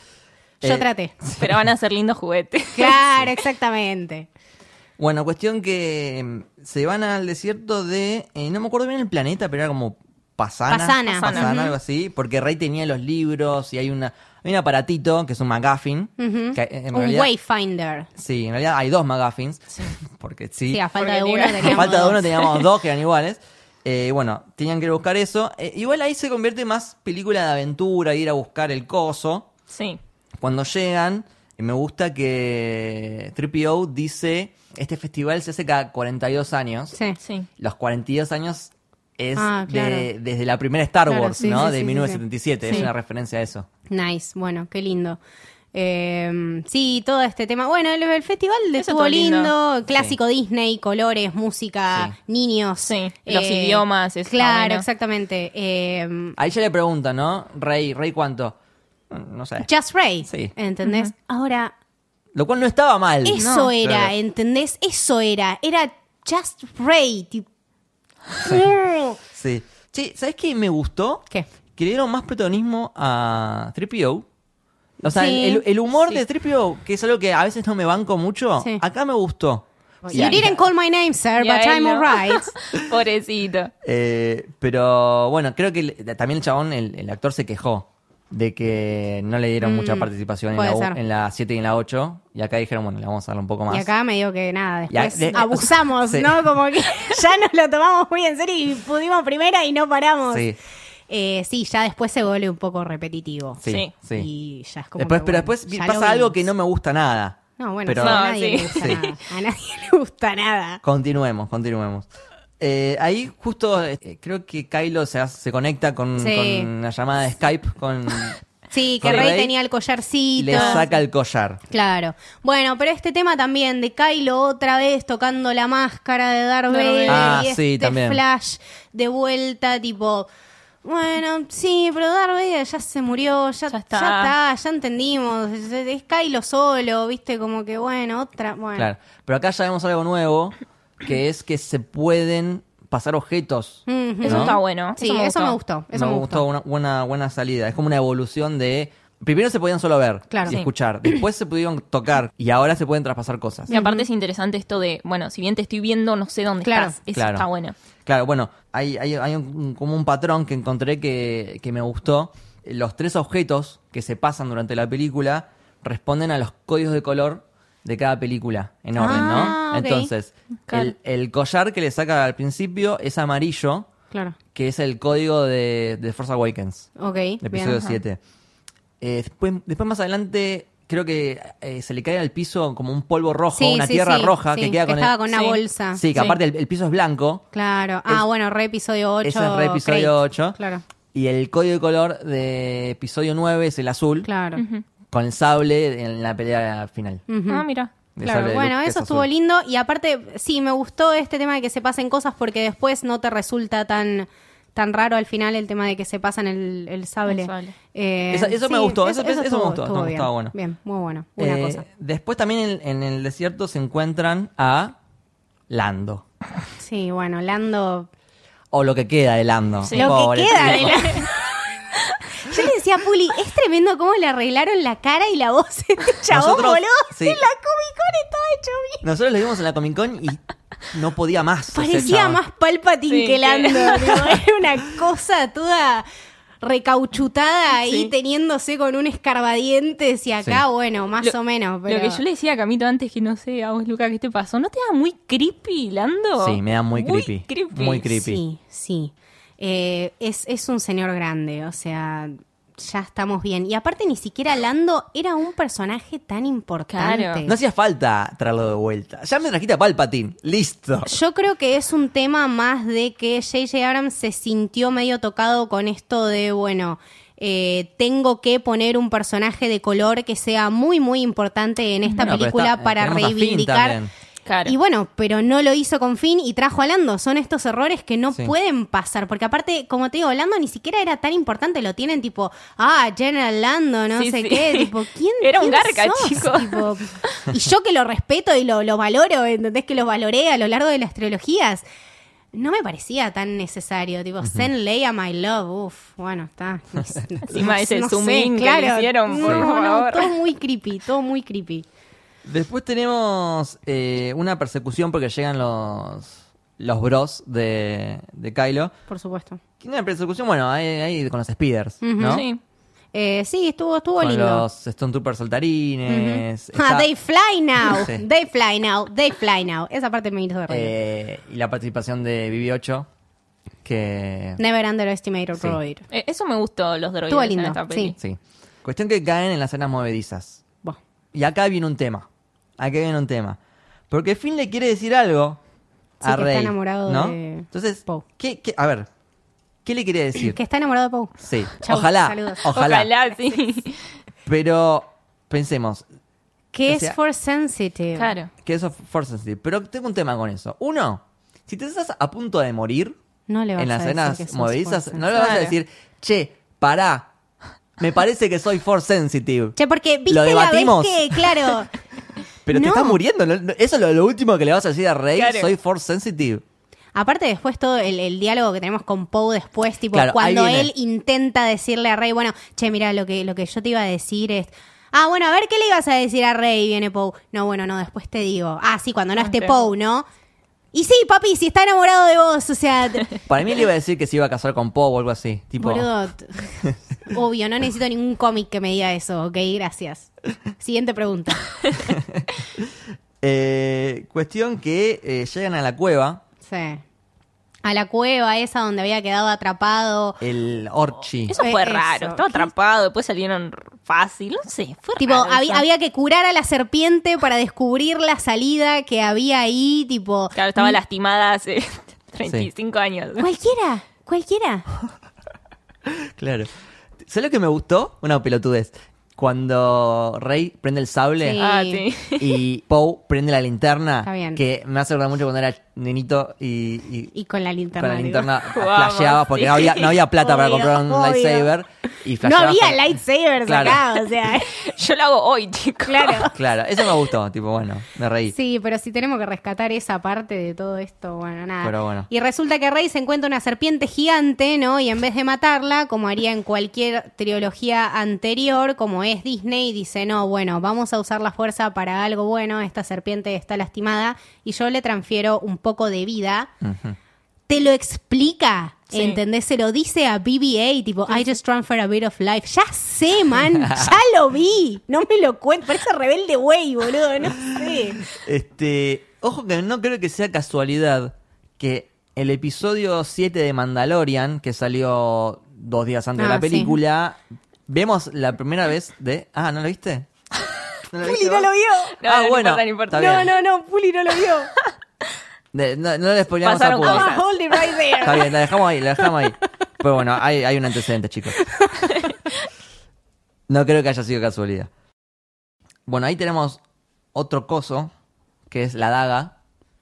Yo
Eh,
traté.
[laughs] Pero van a ser lindos juguetes.
Claro, exactamente.
Bueno, cuestión que mm, se van al desierto de. eh, no me acuerdo bien el planeta, pero era como Pasana.
Pasana.
Pasana,
Pasana,
algo así. Porque Rey tenía los libros y hay una hay un aparatito que es un MacGuffin.
Ujú.
que, eh, en
Un
realidad-
wayfinder.
Sí, en realidad hay dos MacGuffins. [laughs] Porque sí.
Sí, a falta de
Porque
uno
diga-
A
teníamos
falta de uno
dos.
teníamos dos que eran iguales. Eh, bueno, tenían que ir a buscar eso. Eh, igual ahí se convierte más película de aventura, ir a buscar el coso.
Sí.
Cuando llegan, eh, me gusta que 3PO dice, este festival se hace cada 42 años.
Sí.
Sí.
Los 42 años es
Ah, claro.
de- desde la primera Star
Claro,
Wars,
sí,
¿no?
sí,
de
sí, sí,
1977,
sí.
es
Sí.
una referencia a eso.
Nice, bueno, qué lindo. Eh, sí, todo este tema. Bueno, el, el festival de
Eso
estuvo
estuvo lindo.
lindo, clásico Disney, colores, música,
Sí.
niños. eh,
Sí, los idiomas, eso,
Claro,
bueno.
exactamente. Eh,
Ahí ya le preguntan, ¿no? Rey, Rey cuánto? No sé.
Just Ray,
Sí.
¿entendés? Ahora,
Lo cual no estaba mal.
eso
No.
era,
Claro.
¿entendés? Eso era, era Just Ray. tipo-
Sí. Che, ¿sabes qué me gustó?
¿Qué?
Que le dieron más protagonismo a 3PO. O sea,
Sí.
el, el humor
Sí.
de 3PO, que es algo que a veces no me banco mucho,
Sí.
acá me gustó.
You didn't call my name, sir,
Y a
but
él
I'm
no.
alright.
[laughs] Pobrecito.
Eh, pero bueno, creo que el- también el chabón, el, el actor se quejó de que no le dieron mucha participación en
Mm, puede
la, u-
ser.
en la 7 y en la 8. Y acá dijeron, bueno, le vamos a darle un poco más.
Y acá me digo que nada,
Y a-
después
de- [laughs]
abusamos,
sí.
¿no? Como que [laughs] ya nos lo tomamos muy en serio y pudimos primera y no paramos.
Sí.
Sí, sí ya después se vuelve un poco repetitivo.
sí, sí.
Sí.
Y ya es como.
Después,
que,
pero
bueno,
después
ya lo
pasa algo
vimos.
que no me gusta nada.
No, bueno,
pero
sí, a nadie le
No,
gusta
sí.
nada. A nadie le gusta nada.
Continuemos, continuemos. Eh, ahí justo eh, creo que Kylo se, hace- se conecta con,
Sí.
con una llamada de Skype con
Sí, que
Con
Rey
Rey
tenía el collarcito.
le saca el collar.
Claro. Bueno, pero este tema también de Kylo otra vez tocando la máscara de Darth
Darth
Vader
Vader.
Ah,
y
sí,
este
también.
flash de vuelta tipo bueno, sí, pero Darth Vader ya se murió, ya, ya
Ya
está.
está.
ya entendimos, es, es Kylo solo, viste, como que bueno, otra, bueno.
Claro. Pero acá ya vemos algo nuevo, que es que se pueden pasar objetos.
Ujú.
Eso
¿No?
está bueno.
Sí, eso me gustó, Mm, eso
me, gustó, una buena, buena salida. Es como una evolución de... Primero se podían solo ver
Claro.
y
Sí.
escuchar, después se pudieron tocar y ahora se pueden traspasar cosas.
Y aparte es interesante esto de, bueno, si bien te estoy viendo, no sé dónde
Claro.
estás. Eso
Claro.
está bueno.
Claro, bueno, hay, hay- hay un- como un patrón que encontré que, que me gustó. Los tres objetos que se pasan durante la película responden a los códigos de color de cada película, en orden,
Ah,
¿no?
ok.
Entonces, el, el collar que le saca al principio es amarillo,
Claro.
que es el código de, de Force Awakens,
Ok,
de
bien.
episodio 7. Eh, después, después, más adelante, creo que eh, se le cae al piso como un polvo rojo,
Sí,
una
sí,
tierra
sí,
roja
sí,
que queda con el-
estaba con una
Sí.
bolsa.
Sí, que
Sí.
aparte el- el piso es blanco.
Claro. Ah,
Es-
bueno, re episodio 8.
Ese es re episodio
Crate.
8.
Claro.
Y el código de color de episodio 9 es el azul,
Claro.
con el sable en la pelea final.
Ah, mira.
El
Claro,
sable de
bueno,
Luke, que
eso
es
estuvo
azul.
lindo y aparte, sí, me gustó este tema de que se pasen cosas porque después no te resulta tan tan raro al final el tema de que se pasan el, el sable.
El sable.
Eh,
Eso- eso me gustó, eso- eso me gustó, me
bien,
gustaba, bueno.
Bien, muy bueno, una
Eh,
cosa.
Después también en, en el desierto se encuentran a Lando.
Sí, bueno, Lando...
O lo que queda de Lando.
Sí.
Lo
Pobre
que queda de
tipo.
Lando. [laughs] Yo le decía a Puli, es tremendo cómo le arreglaron la cara y la voz a este chabón,
Nosotros-
boludo.
sí.
En la Comic Con estaba hecho bien.
Nosotros lo vimos en la Comic Con y no podía más. ese
Parecía
chabón.
más Palpatine
Sí,
que
que-
Lando.
[laughs]
digo, era una cosa toda recauchutada ahí
Sí.
teniéndose con un escarbadientes y acá,
Sí.
bueno, más o menos. Pero...
Lo que yo le decía a Camito antes, que no sé, a vos, Luca, ¿qué te pasó? ¿No te da muy creepy, Lando?
Sí, me da muy creepy. Muy creepy.
Sí, sí. Eh, es, es un señor grande, o sea, ya estamos bien. Y aparte ni siquiera Lando era un personaje tan importante.
Claro.
No hacía falta traerlo de vuelta. Ya me trajiste a Palpatine. Listo.
Yo creo que es un tema más de que J.J. Abrams se sintió medio tocado con esto de, bueno, eh, tengo que poner un personaje de color que sea muy, muy importante en esta
Bueno, pero
película
está- eh,
para
tenemos a Finn
reivindicar.
también.
Claro.
Y bueno, pero no lo hizo con Finn y trajo a Lando. Son estos errores que no
Sí.
pueden pasar. Porque aparte, como te digo, Lando ni siquiera era tan importante. Lo tienen tipo, ah, General Lando, no
Sí,
sé
sí.
qué. Tipo, ¿quién?
[laughs] Era un
quién
garca,
sos?
chico.
Tipo, y yo que lo respeto y lo, lo valoro, ¿entendés? Que lo valoré a lo largo de las trilogías. No me parecía tan necesario. Tipo, send Leia my love. Uf, bueno, está.
[laughs] Encima ese zoom in que le hicieron, por
no, no,
favor.
todo muy creepy, todo muy creepy.
Después tenemos eh, una persecución porque llegan los los bros de, de Kylo.
Por supuesto.
¿Qué Una persecución, bueno, ahí, ahí con los speeders, ¿no?
Sí.
Eh, sí, estuvo, estuvo
Con
lindo.
los Stone Troopers saltarines. está-
Ah, they fly now,
[laughs] Sí.
they fly now, they fly now. Esa parte me hizo reír.
eh, y la participación de BB-8, que...
Never underestimate a
sí.
droid.
Eh, Eso me gustó, los droides
Estuvo lindo,
en esta peli.
sí.
Sí. Cuestión que caen en las escenas movedizas.
Buah.
Y acá viene un tema. Acá viene un tema. Porque Finn le quiere decir algo
Sí, que
a
está
Rey.
enamorado
¿no?
de
Entonces,
Poe.
¿qué, qué- a ver, ¿qué le quería decir?
Que está enamorado de Poe.
Sí,
Chau,
ojalá,
saludos.
ojalá,
sí.
Pero pensemos,
Que
O
es
sea-
for sensitive.
[laughs] claro.
que eso es force sensitive. Pero tengo un tema con eso. Uno, si te estás a punto de morir
No le vas
en
a
las
decir que
escenas
sos
movedizas,
force
no le vas a
Claro.
decir, che, pará, me parece que soy force sensitive.
Che, porque viste
Lo
la
debatimos.
vez
[laughs]
que, claro,
Pero
no.
te estás muriendo. no- no- Eso es lo, lo último que le vas a decir a Rey,
Claro.
soy force sensitive.
Aparte después todo el, el diálogo que tenemos con Poe después, tipo
Claro, ahí
cuando
viene.
él intenta decirle a Rey, bueno, che, mira, lo que, lo que yo te iba a decir es... Ah, bueno, a ver, ¿qué le ibas a decir a Rey? Viene Poe. No, bueno, no, después te digo. Ah, sí, cuando no
Ah,
esté
sí.
Poe, ¿no? Y sí, papi, si está enamorado de vos, o sea... t-
Para mí le iba a decir que se iba a casar con Poe o algo así. [laughs] Tipo,
Boludo,
[laughs]
t- obvio, no necesito ningún cómic que me diga eso, ok, gracias. Siguiente
[laughs]
pregunta.
eh, cuestión que eh, llegan a la cueva,
Sí. A la cueva esa donde había quedado atrapado.
el Orchi.
Eso fue
Eh, eso.
raro. Estaba atrapado, después salieron fácil. No sé, fue
Tipo,
raro.
había,
eso.
había que curar a la serpiente para descubrir la salida que había ahí, tipo...
Claro, estaba lastimada hace [laughs] 35 años.
Cualquiera, cualquiera.
Claro. ¿Sabes lo que me gustó? Una pelotudez. Cuando Rey prende el sable
Sí.
[laughs] Ah, sí.
[laughs]
y Poe prende la
Está
linterna,
bien.
que me hace acordar mucho cuando era nenito y, y
Y con la
con
linterna.
la
digo.
linterna
[laughs]
Jugamos,
flasheaba porque no,
sí.
había, no había plata para
Obvio,
comprar un
obvio.
lightsaber. Y
No
flasheabas
había
con-
lightsabers
Claro.
acá, o sea...
[laughs]
Yo lo hago hoy, chicos.
Claro.
Claro, eso me gustó. Tipo, bueno, me reí.
Sí, pero si tenemos que rescatar esa parte de todo esto, bueno, nada.
Pero bueno.
Y resulta que Rey se encuentra una serpiente gigante, ¿no? Y en vez de matarla, como haría en cualquier trilogía anterior, como es Disney, dice, no, bueno, vamos a usar la fuerza para algo bueno, esta serpiente está lastimada y yo le transfiero un poco de vida.
Ujú.
Te lo explica.
Sí.
¿Entendés? Se lo dice a BBA, tipo, I just transfer a bit of life. Ya sé, man,
[laughs]
ya lo vi. No me lo cuento. Parece rebelde, güey, boludo, no
[laughs]
sé.
Este, ojo que no creo que sea casualidad que el episodio 7 de Mandalorian, que salió dos días antes de
Ah,
la
sí.
película, vemos la primera vez de... Ah, ¿no lo viste? ¿No lo viste vos?
vio.
No,
Ah,
no
bueno,
importa, no importa.
está bien.
no, no, Puli no lo
[laughs]
vio.
De- no, no le spoileamos
Pasaron
a Puli.
cosas.
hold it right
Está bien, la dejamos ahí, la dejamos ahí. Pero bueno, hay, hay un antecedente,
[laughs]
chicos. No creo que haya sido casualidad. Bueno, ahí tenemos otro coso, que es la daga.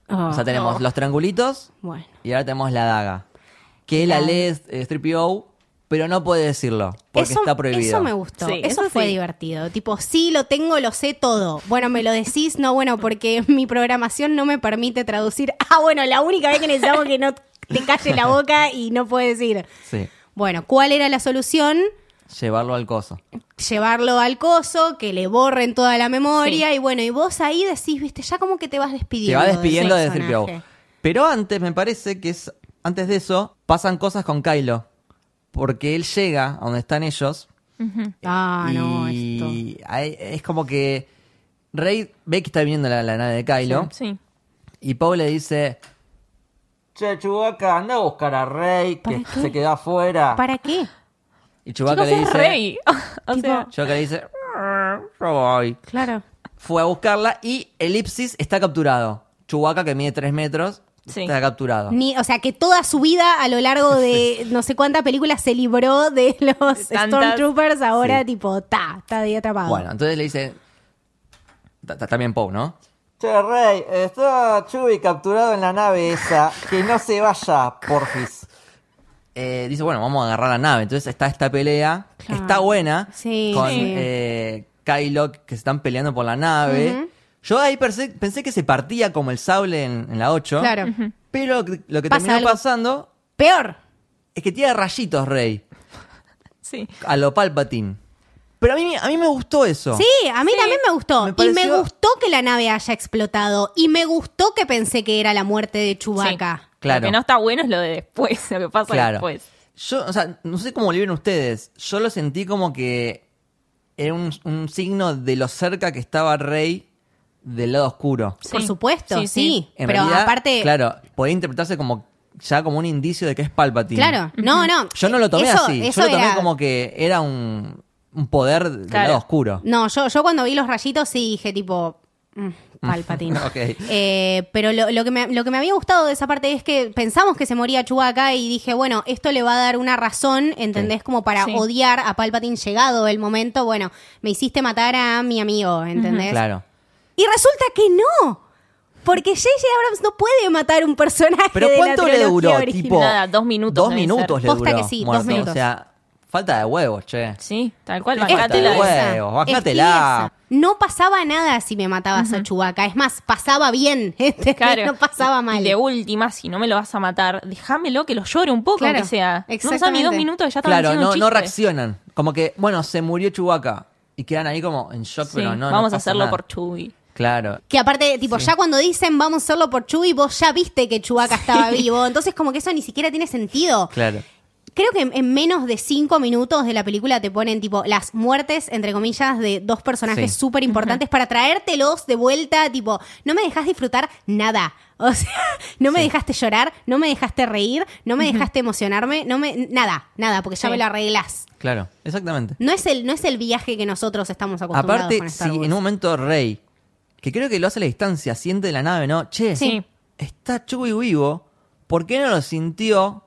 Oh,
O sea, tenemos los triangulitos
bueno,
y ahora tenemos la daga. Que la
Claro.
lee eh, 3PO, pero no puede decirlo, porque
eso,
está prohibido.
eso me gustó.
Sí,
eso,
eso
fue
sí.
divertido. Tipo, sí, lo tengo, lo sé todo. Bueno, me lo decís, no, bueno, porque [laughs] mi programación no me permite traducir. Ah, bueno, la única vez que necesitamos que no te calle la boca y no puedes decir.
Sí,
Bueno, ¿cuál era la solución?
llevarlo al coso.
Llevarlo al coso, que le borren toda la memoria y bueno, y vos ahí decís, viste, ya como que te vas
Se
despidiendo.
va
del
despidiendo de 3PO.
personaje.
Pero antes, me parece que es. Antes de eso, pasan cosas con Kylo. Porque él llega a donde están ellos.
Ah, no, esto.
y ahí- es como que. Rey ve que está viniendo la, la nave de Kylo.
Sí.
Y Paul le dice. Che, Chewbacca, anda a buscar a Rey,
¿Para
que
qué?
se quedó afuera.
¿Para qué?
Y Chewbacca
Chicos,
le
es
dice.
rey. [laughs] o
Tipo-
sea,
Chewbacca le dice. Yo voy.
Claro.
Fue a buscarla y Elipsis está capturado. Chewbacca, que mide 3 metros,
Sí.
está capturado.
Ni, o sea, que toda su vida a lo largo de no sé cuántas películas se libró de [laughs] los
Tantas.
Stormtroopers, ahora
Sí.
tipo, ta, está ahí atrapado.
Bueno, entonces le dice. ta- ta- También Poe, ¿no? Che, Rey, está Chubby capturado en la nave esa. Que no se vaya, porfis. Eh, dice, bueno, vamos a agarrar la nave. Entonces está esta pelea.
Claro.
Está buena.
Sí,
con
sí.
eh, Kylo, que se están peleando por la nave. Yo ahí pensé, pensé que se partía como el sable en, en la 8.
Claro.
Pero lo que- lo que
Pasa
terminó
algo.
pasando
Peor.
es que tiene rayitos, Rey.
sí.
A lo Palpatine. Pero a mí, a mí me gustó eso.
Sí, a mí también me gustó.
Me
Y me
pareció-
gustó que la nave haya explotado. Y me gustó que pensé que era la muerte de Chewbacca.
Claro.
Lo que no está bueno es lo de después, [laughs] lo que pasa
Claro.
pues.
después.
Yo, o sea, no sé cómo lo vieron ustedes. Yo lo sentí como que era un, un signo de lo cerca que estaba Rey del lado oscuro.
Por
Sí.
supuesto, sí.
Sí, sí.
En
Pero
realidad,
aparte.
Claro, podía interpretarse como ya como un indicio de que es Palpatine.
Claro, no, no.
Yo no lo tomé
Eso-
así.
eso
Yo lo tomé
era-
como que era un, un poder del
Claro.
lado oscuro.
No, yo, yo cuando vi los rayitos sí dije tipo, Mm, Palpatine.
[laughs] Ok.
Eh, pero lo, lo que me, lo que me había gustado de esa parte es que pensamos que se moría Chewbacca y dije, bueno, esto le va a dar una razón, ¿entendés? Como para
Sí.
odiar a Palpatine llegado el momento, bueno, me hiciste matar a mi amigo, ¿entendés?
Claro.
Y resulta que no. Porque J.J. Abrams no puede matar un personaje.
Pero
de la
¿cuánto le
trilogía
duró?
original.
Tipo,
Nada, dos minutos
Dos
debe
minutos
ser.
le duró.
Posta que sí, dos
muerto.
minutos.
O sea, falta de huevos, che.
Sí, tal cual.
Es
Bajate la
bancátela.
huevo.
tibieza,
huevos,
es
bajátela.
tibieza. No pasaba nada si me matabas a Chubaca. Es más, pasaba bien. [laughs] ¿entendés?
[laughs] Claro.
No pasaba
Y
mal.
de última, si no me lo vas a matar, déjamelo que lo llore un poco,
Claro,
aunque sea. No pasaron ni dos
exactamente.
minutos y ya estaban
Claro,
haciendo
no,
un
no
chiste.
reaccionan. Como que, bueno, se murió Chewbacca. Y quedan ahí como en shock,
Sí,
pero no. no
Vamos
pasa
a hacerlo
nada.
por Chewie.
Claro.
Que aparte, tipo, ya cuando dicen vamos a hacerlo por Chuy, vos ya viste que Chubaca estaba vivo. Entonces, como que eso ni siquiera tiene sentido.
Claro.
Creo que en- en menos de cinco minutos de la película te ponen, tipo, las muertes, entre comillas, de dos personajes
Sí.
súper importantes para traértelos de vuelta. Tipo, no me dejas disfrutar nada. [laughs] O sea, no me dejaste llorar, no me dejaste reír, no me dejaste emocionarme, no me. Nada, nada, porque ya
Sí.
me lo arreglás.
Claro, exactamente.
No es el, no es el viaje que nosotros estamos acostumbrados
Aparte,
con
si
Star Wars.
en un momento Rey, que creo que lo hace a la distancia, siente de la nave, ¿no? Che,
Sí.
está Chewie vivo. ¿Por qué no lo sintió?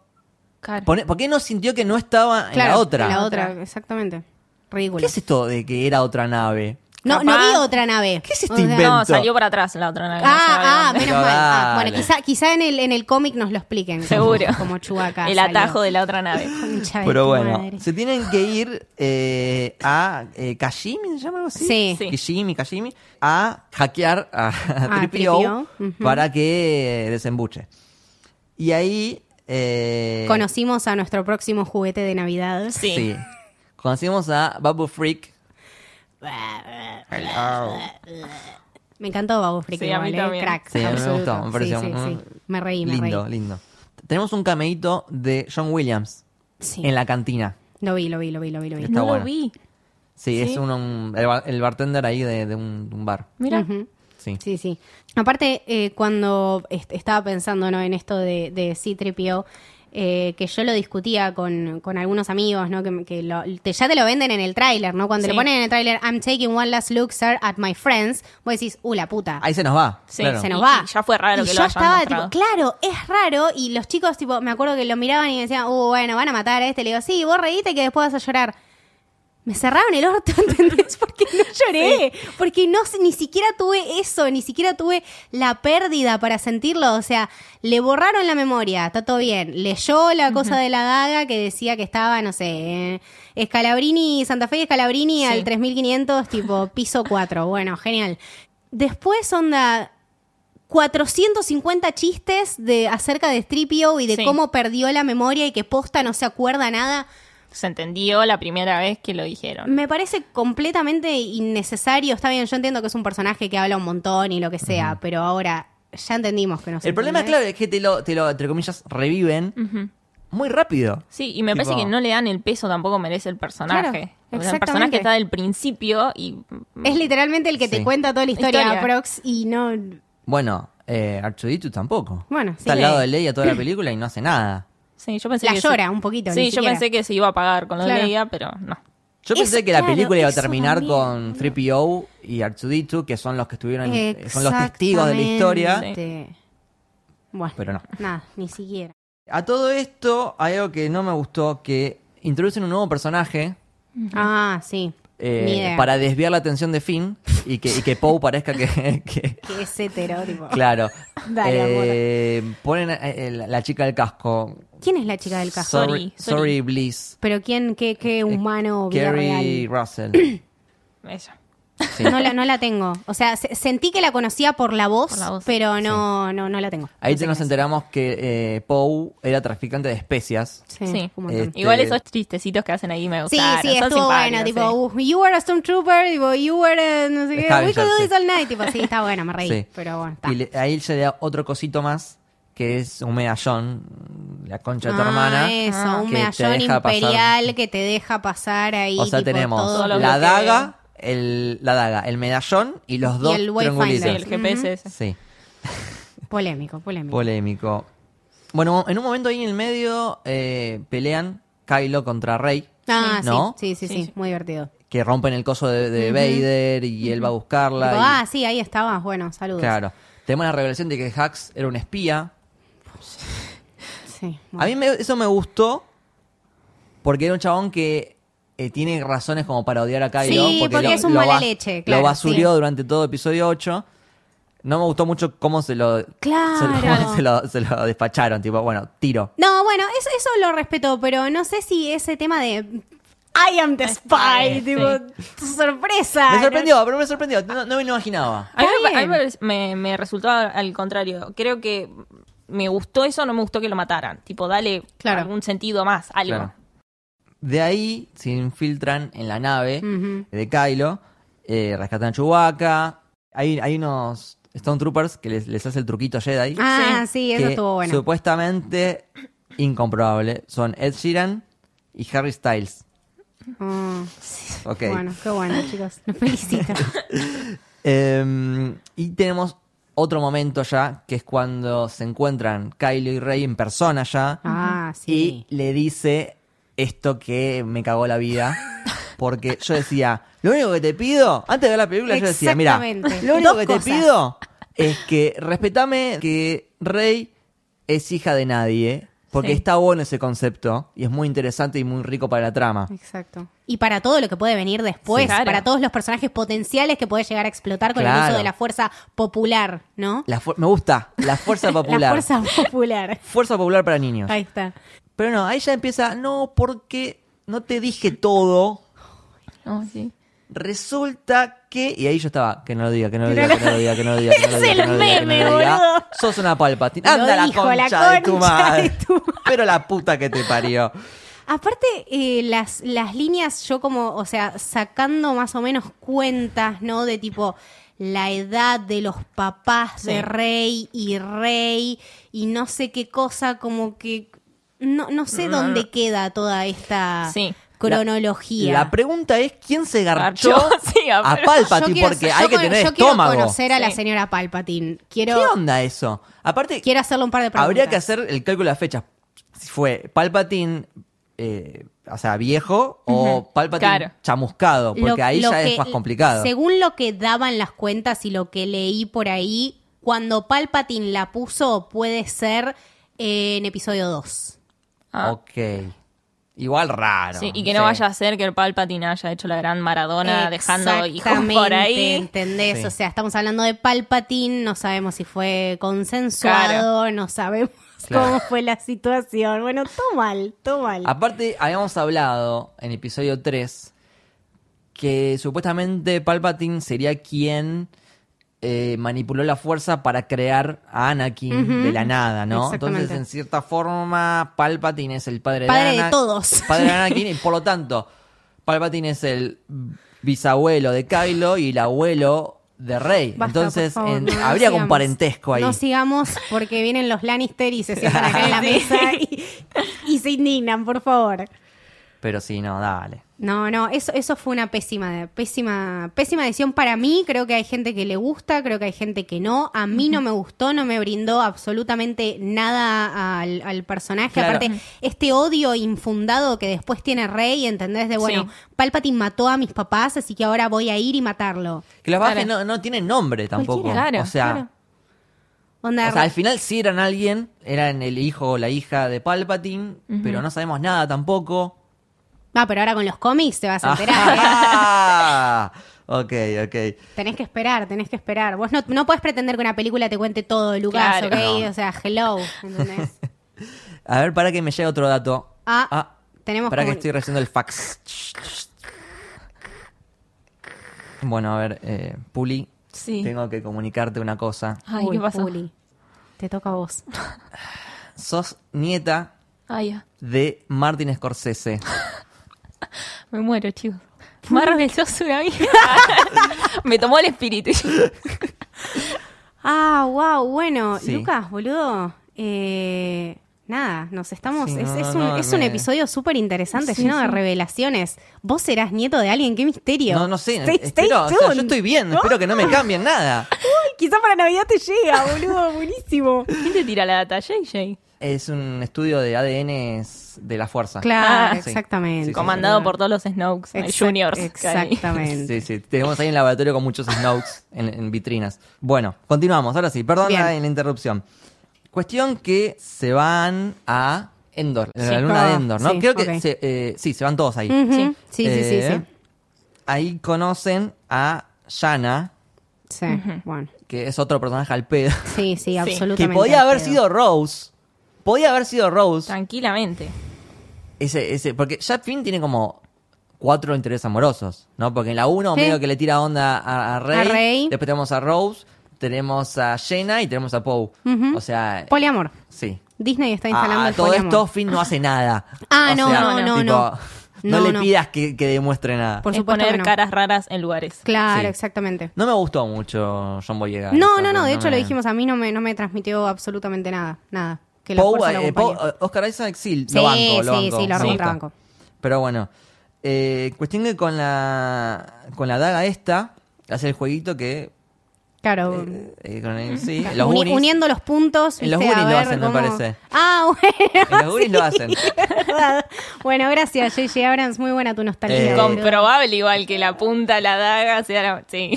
Claro.
¿Por por qué no sintió que no estaba en
Claro,
la otra?
en la otra, exactamente. Ridículo.
¿Qué es esto de que era otra nave?
No,
Capaz-
no vi otra nave.
¿Qué es este
O sea-
invento?
No, salió para atrás la otra nave. no sé
Ah, ah,
dónde.
menos
Pero
mal. Ah, bueno,
dale.
quizá, quizá en el, en el cómic nos lo expliquen. como-
Seguro.
[laughs] Como Chewbacca.
El atajo de la otra nave.
Pero bueno, se tienen que ir eh, a eh, Kashimi, ¿se llama algo así?
Sí.
Sí.
Kishimi, Kashimi, a hackear a, a [laughs]
A
3PO
3PO, Ah, ujú.
para que eh, desembuche. Y ahí... eh,
Conocimos a nuestro próximo juguete de Navidad.
Sí.
sí. Conocimos a Babu Freak.
Me encantó Babu Frick
Sí, a mí
igual, ¿eh?
también.
Crack.
Sí, a mí me
absoluto.
gustó, me
Sí,
pareció
sí,
un-
sí. Me reí, me
Lindo,
reí.
lindo. Tenemos un cameíto de John Williams
Sí.
en la cantina.
Lo vi, lo vi, lo vi, lo vi, lo vi.
Está
no
bueno.
lo vi.
Sí,
Sí.
es uno, un- el, bar- el bartender ahí de, de un, de un bar.
Mira.
Ujú.
Sí.
Sí, sí. Aparte, eh, cuando est- estaba pensando ¿no? en esto de, de C-3PO, eh, que yo lo discutía con, con algunos amigos, ¿no? que, que lo- te- ya te lo venden en el tráiler, ¿no? Cuando
Sí.
le ponen en el tráiler, I'm taking one last look, sir, at my friends, vos decís, uh, la puta.
Ahí se nos va.
Sí,
claro.
se nos
Y-
va.
y ya fue raro
Y
que lo
yo
hayan
estaba,
mostrado.
tipo, claro, es raro. Y los chicos, tipo, me acuerdo que lo miraban y me decían, uh, bueno, van a matar a este. Le digo, sí, vos reíste que después vas a llorar. Me cerraron el orto, [laughs] ¿entendés? Porque no lloré. Porque no, ni siquiera tuve eso, ni siquiera tuve la pérdida para sentirlo. O sea, le borraron la memoria, está todo bien. Leyó la cosa de la daga que decía que estaba, no sé, eh, Escalabrini, Santa Fe y Escalabrini
Sí.
al 3500, tipo piso 4. Bueno, genial. Después, onda, 450 chistes de acerca de Stripio y de
Sí.
cómo perdió la memoria y que posta no se acuerda nada.
Se entendió la primera vez que lo dijeron.
Me parece completamente innecesario. Está bien, yo entiendo que es un personaje que habla un montón y lo que sea, pero ahora ya entendimos que no se
El problema,
entiende.
claro, es que te lo, te lo, entre comillas, reviven
Mm.
Ujú.
muy rápido.
Sí, y me
Tipo-
parece que no le dan el peso tampoco merece el personaje.
Claro,
O sea, el personaje
exactamente.
está del principio y
Es literalmente el que
Sí.
te cuenta toda la historia,
Historia.
Prox, y no.
Bueno, eh, Archuditu tampoco.
Bueno, sí.
Está al
[laughs]
lado de Leia toda la película y no hace nada.
Sí, yo pensé
La
que
llora un poquito,
Sí,
ni
yo
siquiera.
pensé que se iba a pagar con lo
Claro.
de Leia, pero no.
Yo
Eso,
pensé que la
claro,
película iba a
eso
terminar
también,
con 3PO y Archuditu, que son los que estuvieron, eh, son los testigos de la historia.
Exactamente. Bueno,
Pero no.
nada, ni siquiera.
A todo esto, hay algo que no me gustó, que introducen un nuevo personaje
Ah, sí.
eh,
Ni idea.
para desviar la atención de Finn y que, y que Poe parezca que... [laughs] que-
Que es hetero, tipo.
claro.
Dale,
Eh, ponen a- eh, la, la chica del casco.
¿Quién es la chica del casco?
Sorry,
Sorry,
sorry,
sorry.
Bliss.
Pero quién, qué, qué humano o vida
Eh, Carrie
real. [clears throat]
Russell.
Ella.
Sí.
No la, no la tengo. O sea, se- sentí que la conocía por la voz,
Por la voz.
pero no, no, no la tengo.
Ahí
No sé
nos
quién
enteramos que eh, Poe era traficante de especias.
es. Sí,
Sí.
un montón.
Este-
Igual esos chistecitos que hacen ahí me
Sí,
gustaron.
sí,
son
estuvo
simpáticos,
bueno, tipo,
sí.
"Uh, you were a stormtrooper, tipo, you were a no sé qué,
Está
we
bien,
could do
sí.
this all night, tipo, sí, está bueno, me reí,
Sí.
pero bueno, está.
Y le- ahí se le da otro cosito más, que es un medallón, la concha de tu
Ah,
hermana.
eso,
Ah.
un
que te
medallón
deja pasar-
imperial que te deja pasar ahí,
O sea,
tipo,
tenemos
todo
lo
la
que-
daga, el, la daga, el medallón y los
Y
dos
el
triangulitos.
wayfinder.
Sí, el GPS ese.
Sí,
polémico, polémico.
polémico. Bueno, en un momento ahí en el medio eh, pelean Kylo contra Rey,
ah, sí,
¿no?
sí, sí, sí,
Sí, sí.
muy divertido.
que rompen el coso de, de Vader y él va a buscarla.
Tipo,
y-
ah, sí, ahí estabas. Bueno, saludos.
Claro. Tenemos la revelación de que Hax era un espía.
Sí, bueno.
A mí me- eso me gustó porque era un chabón que eh, tiene razones como para odiar a Kylo.
Sí, porque es un mala leche, claro,
Lo basurió
sí.
durante todo episodio 8. No me gustó mucho cómo se lo,
Claro.
se lo- cómo [laughs] se lo- se lo despacharon. Tipo, bueno, tiro.
No, bueno, eso, eso lo respeto, pero no sé si ese tema de I am the spy,
Sí.
tipo, sorpresa.
Me sorprendió, pero me sorprendió. No, no me lo imaginaba.
A mí,
Está
me- a mí me,
bien.
me- me resultó al contrario. Creo que me gustó eso, no me gustó que lo mataran. Tipo, dale
Claro.
algún sentido más, algo.
Claro. De ahí se infiltran en la nave
Ujú.
de Kylo, eh, rescatan a Chewbacca. Hay, hay unos Stone Troopers que les, les hace el truquito Jedi.
Ah, sí,
Sí,
eso
que
estuvo bueno.
Supuestamente incomprobable. Son Ed Sheeran y Harry Styles.
Ah,
Ok.
Bueno, qué bueno, chicos.
[laughs]
Los felicito.
Em, y tenemos otro momento ya, que es cuando se encuentran Kylo y Rey en persona ya.
Ah, sí.
y le dice esto que me cagó la
[laughs]
vida. Porque yo decía, lo único que te pido, antes de ver la película, yo decía, mira,
Exactamente.
lo único
Dos
que
cosas.
te pido es que respetame que Rey es hija de nadie. Porque
Sí.
está bueno ese concepto y es muy interesante y muy rico para la trama.
Exacto. Y para todo lo que puede venir después,
Sí. Claro.
para todos los personajes potenciales que puede llegar a explotar con el
Claro.
uso de la fuerza popular, ¿no?
La fu- me gusta, la
[laughs]
fuerza popular.
La fuerza popular.
Fuerza popular para niños.
Ahí está.
Pero no, ahí ya empieza, no, porque no te dije todo.
No, Ah, sí.
Resulta que. Y ahí yo estaba. Que no lo diga, que no lo diga, que no lo diga, que no lo diga. que no lo
[laughs] Es
diga, que
el
no lo diga, que no
meme,
lo diga.
boludo.
Sos una palpatina.
Lo
Anda la
dijo, la
concha, de tu
concha de
madre.
tu madre.
Pero la puta que te parió.
Aparte, eh, las, las líneas, yo como, o sea, sacando más o menos cuentas, ¿no? De tipo la edad de los papás
Sí.
de Rey y Rey y no sé qué cosa, como que no, no sé
No,
dónde
no.
queda toda esta
Sí.
cronología.
La pregunta es: ¿quién se garchó
[laughs]
Garchó, sí, a-
a
pero-
Palpatine?
quiero-
Porque
yo
hay que
con-
tener
yo quiero
estómago.
conocer a la
Sí.
señora Palpatine.
¿Qué
Quiero,
onda eso? Aparte,
quiero hacerle un par de preguntas.
habría que hacer el cálculo de las fechas. Si fue Palpatine. eh, o sea, viejo o Palpatine
Claro.
chamuscado, porque
Lo-
ahí
lo
ya es
que-
más complicado.
Según lo que daban las cuentas y lo que leí por ahí, cuando Palpatine la puso puede ser eh, en episodio 2.
Ah.
Ok. Igual raro.
Sí, y que no vaya a ser que el Palpatine haya hecho la gran maradona dejando hijos por
Exactamente,
ahí.
¿Entendés?
Sí.
O sea, estamos hablando de Palpatine, no sabemos si fue consensuado, no sabemos [laughs]
Claro. Ah,
cómo fue la situación. Bueno, todo mal, todo mal.
Aparte, habíamos hablado en episodio 3 que supuestamente Palpatine sería quien eh, manipuló la fuerza para crear a Anakin de la nada, ¿no?
exactamente.
Entonces, en cierta forma, Palpatine es el padre,
Padre de
de Ana-
todos. [laughs]
Padre de Anakin, y por lo tanto, Palpatine es el bisabuelo de Kylo y el abuelo de Rey.
Basta,
Entonces,
por favor,
en-
no, no
habría como
sigamos.
parentesco ahí.
No sigamos porque vienen los Lannister y se sientan acá
[laughs]
en la mesa y, y se indignan, por favor.
Pero sí, no, dale.
No, no, eso, eso fue una pésima, pésima, pésima decisión para mí. Creo que hay gente que le gusta, creo que hay gente que no. A mí no me gustó, no me brindó absolutamente nada al, al personaje.
Claro.
Aparte, este odio infundado que después tiene Rey, ¿entendés? De bueno,
Sí.
Palpatine mató a mis papás, así que ahora voy a ir y matarlo.
Que los
Claro.
bajes no, no tienen nombre tampoco.
Cualquiera, claro,
o sea,
claro.
Onda,
O sea,
Rey-
al final sí eran alguien, eran el hijo o la hija de Palpatine, pero no sabemos nada tampoco.
Ah, pero ahora con los cómics te vas a enterar. ¿eh?
Ah, [laughs] ok, ok.
[laughs] Tenés que esperar, tenés que esperar. Vos no, no podés pretender que una película te cuente todo, Lucas,
Claro.
¿ok?
No.
O sea, hello,
[laughs]
¿entendés?
A ver, para que me llegue otro dato.
Ah, tenemos
Para que
comuni-
estoy haciendo el fax. Bueno, a ver, eh, Puli,
Sí.
tengo que comunicarte una cosa.
Ay,
Uy,
¿qué pasó?
Juli, te toca a vos.
Sos nieta
Ay, ya.
de Martin Scorsese.
Me muero, [laughs] chicos. Marvel, sos una mierda. [laughs] Me tomó el espíritu.
[laughs] Ah, wow, bueno,
Sí.
Lucas, boludo. eh, nada, nos estamos.
Sí,
es,
no,
es
no,
un,
no,
es un
me-
episodio súper interesante, lleno de revelaciones. Vos serás nieto de alguien, qué misterio.
No, no sé.
Stay- stay
espero- o sea,
tuned.
yo estoy bien, espero que no me cambien nada. [laughs] Ah,
Ay, Quizá para Navidad te llega, boludo, buenísimo.
¿Quién te tira la data? JJ.
es un estudio de ADN de la fuerza.
Claro,
Ah,
sí.
exactamente.
Sí, sí,
Comandado por todos los Snokes, eh,
Ah. Exact-
Juniors. casi.
Exactamente.
Sí, sí. Tenemos ahí un laboratorio con muchos snouts en, en vitrinas. Bueno, continuamos. Ahora sí, perdón
Bien.
la, la interrupción. Cuestión que se van a Endor,
Sí.
la luna de
Ah,
Endor, ¿no?
sí,
Creo que
ok.
se- eh, sí, se van todos ahí.
Ujú,
Sí.
Sí, sí, sí,
Eh,
sí.
Ahí conocen a Yana,
Sí, bueno.
que es otro personaje al pedo,
Sí, sí, absolutamente.
que podía haber
al pedo.
sido Rose. Podía haber sido Rose.
Tranquilamente.
Ese, ese, porque ya Finn tiene como cuatro intereses amorosos, ¿no? Porque en la 1
Sí.
medio que le tira onda a, a Rey,
A Rey.
después tenemos a Rose, tenemos a Jenna y tenemos a Poe.
Ujú.
O sea,
Poliamor.
sí.
Disney está instalando
A, a
el
Ah, todo
poliamor.
esto Finn no hace nada.
[laughs] Ah,
O
no,
sea,
no, no,
tipo,
no.
no
No,
le
no.
pidas que, que demuestre nada.
Por
Es
supuesto
poner
que no.
caras raras en lugares.
Claro,
Sí.
exactamente.
No me gustó mucho John Boyega.
No, no, no, de hecho lo dijimos, a mí no me, no me transmitió absolutamente nada, nada. Que la fuerza lo acompañe.
eh, Oscar Isaac sí,
Sí,
lo banco, lo
sí,
banco,
sí, lo
me gusta.
recontrabanco.
Pero bueno, eh, cuestión que con la, con la daga esta, hace el jueguito que...
Claro.
eh, eh, con el-
[laughs]
sí, los
Oh. Uni-
Goonies.
uniendo los puntos.
En los
viste, a
Goonies lo
ver
hacen, me
cómo-
parece.
Ah, [laughs] bueno.
En Eh, los Goonies
[laughs]
lo hacen.
verdad. bueno, gracias, JJ Abrams. Muy buena tu nostalgia.
Eh,
boludo.
Comprobable igual que la punta, la daga, sea la... Sí.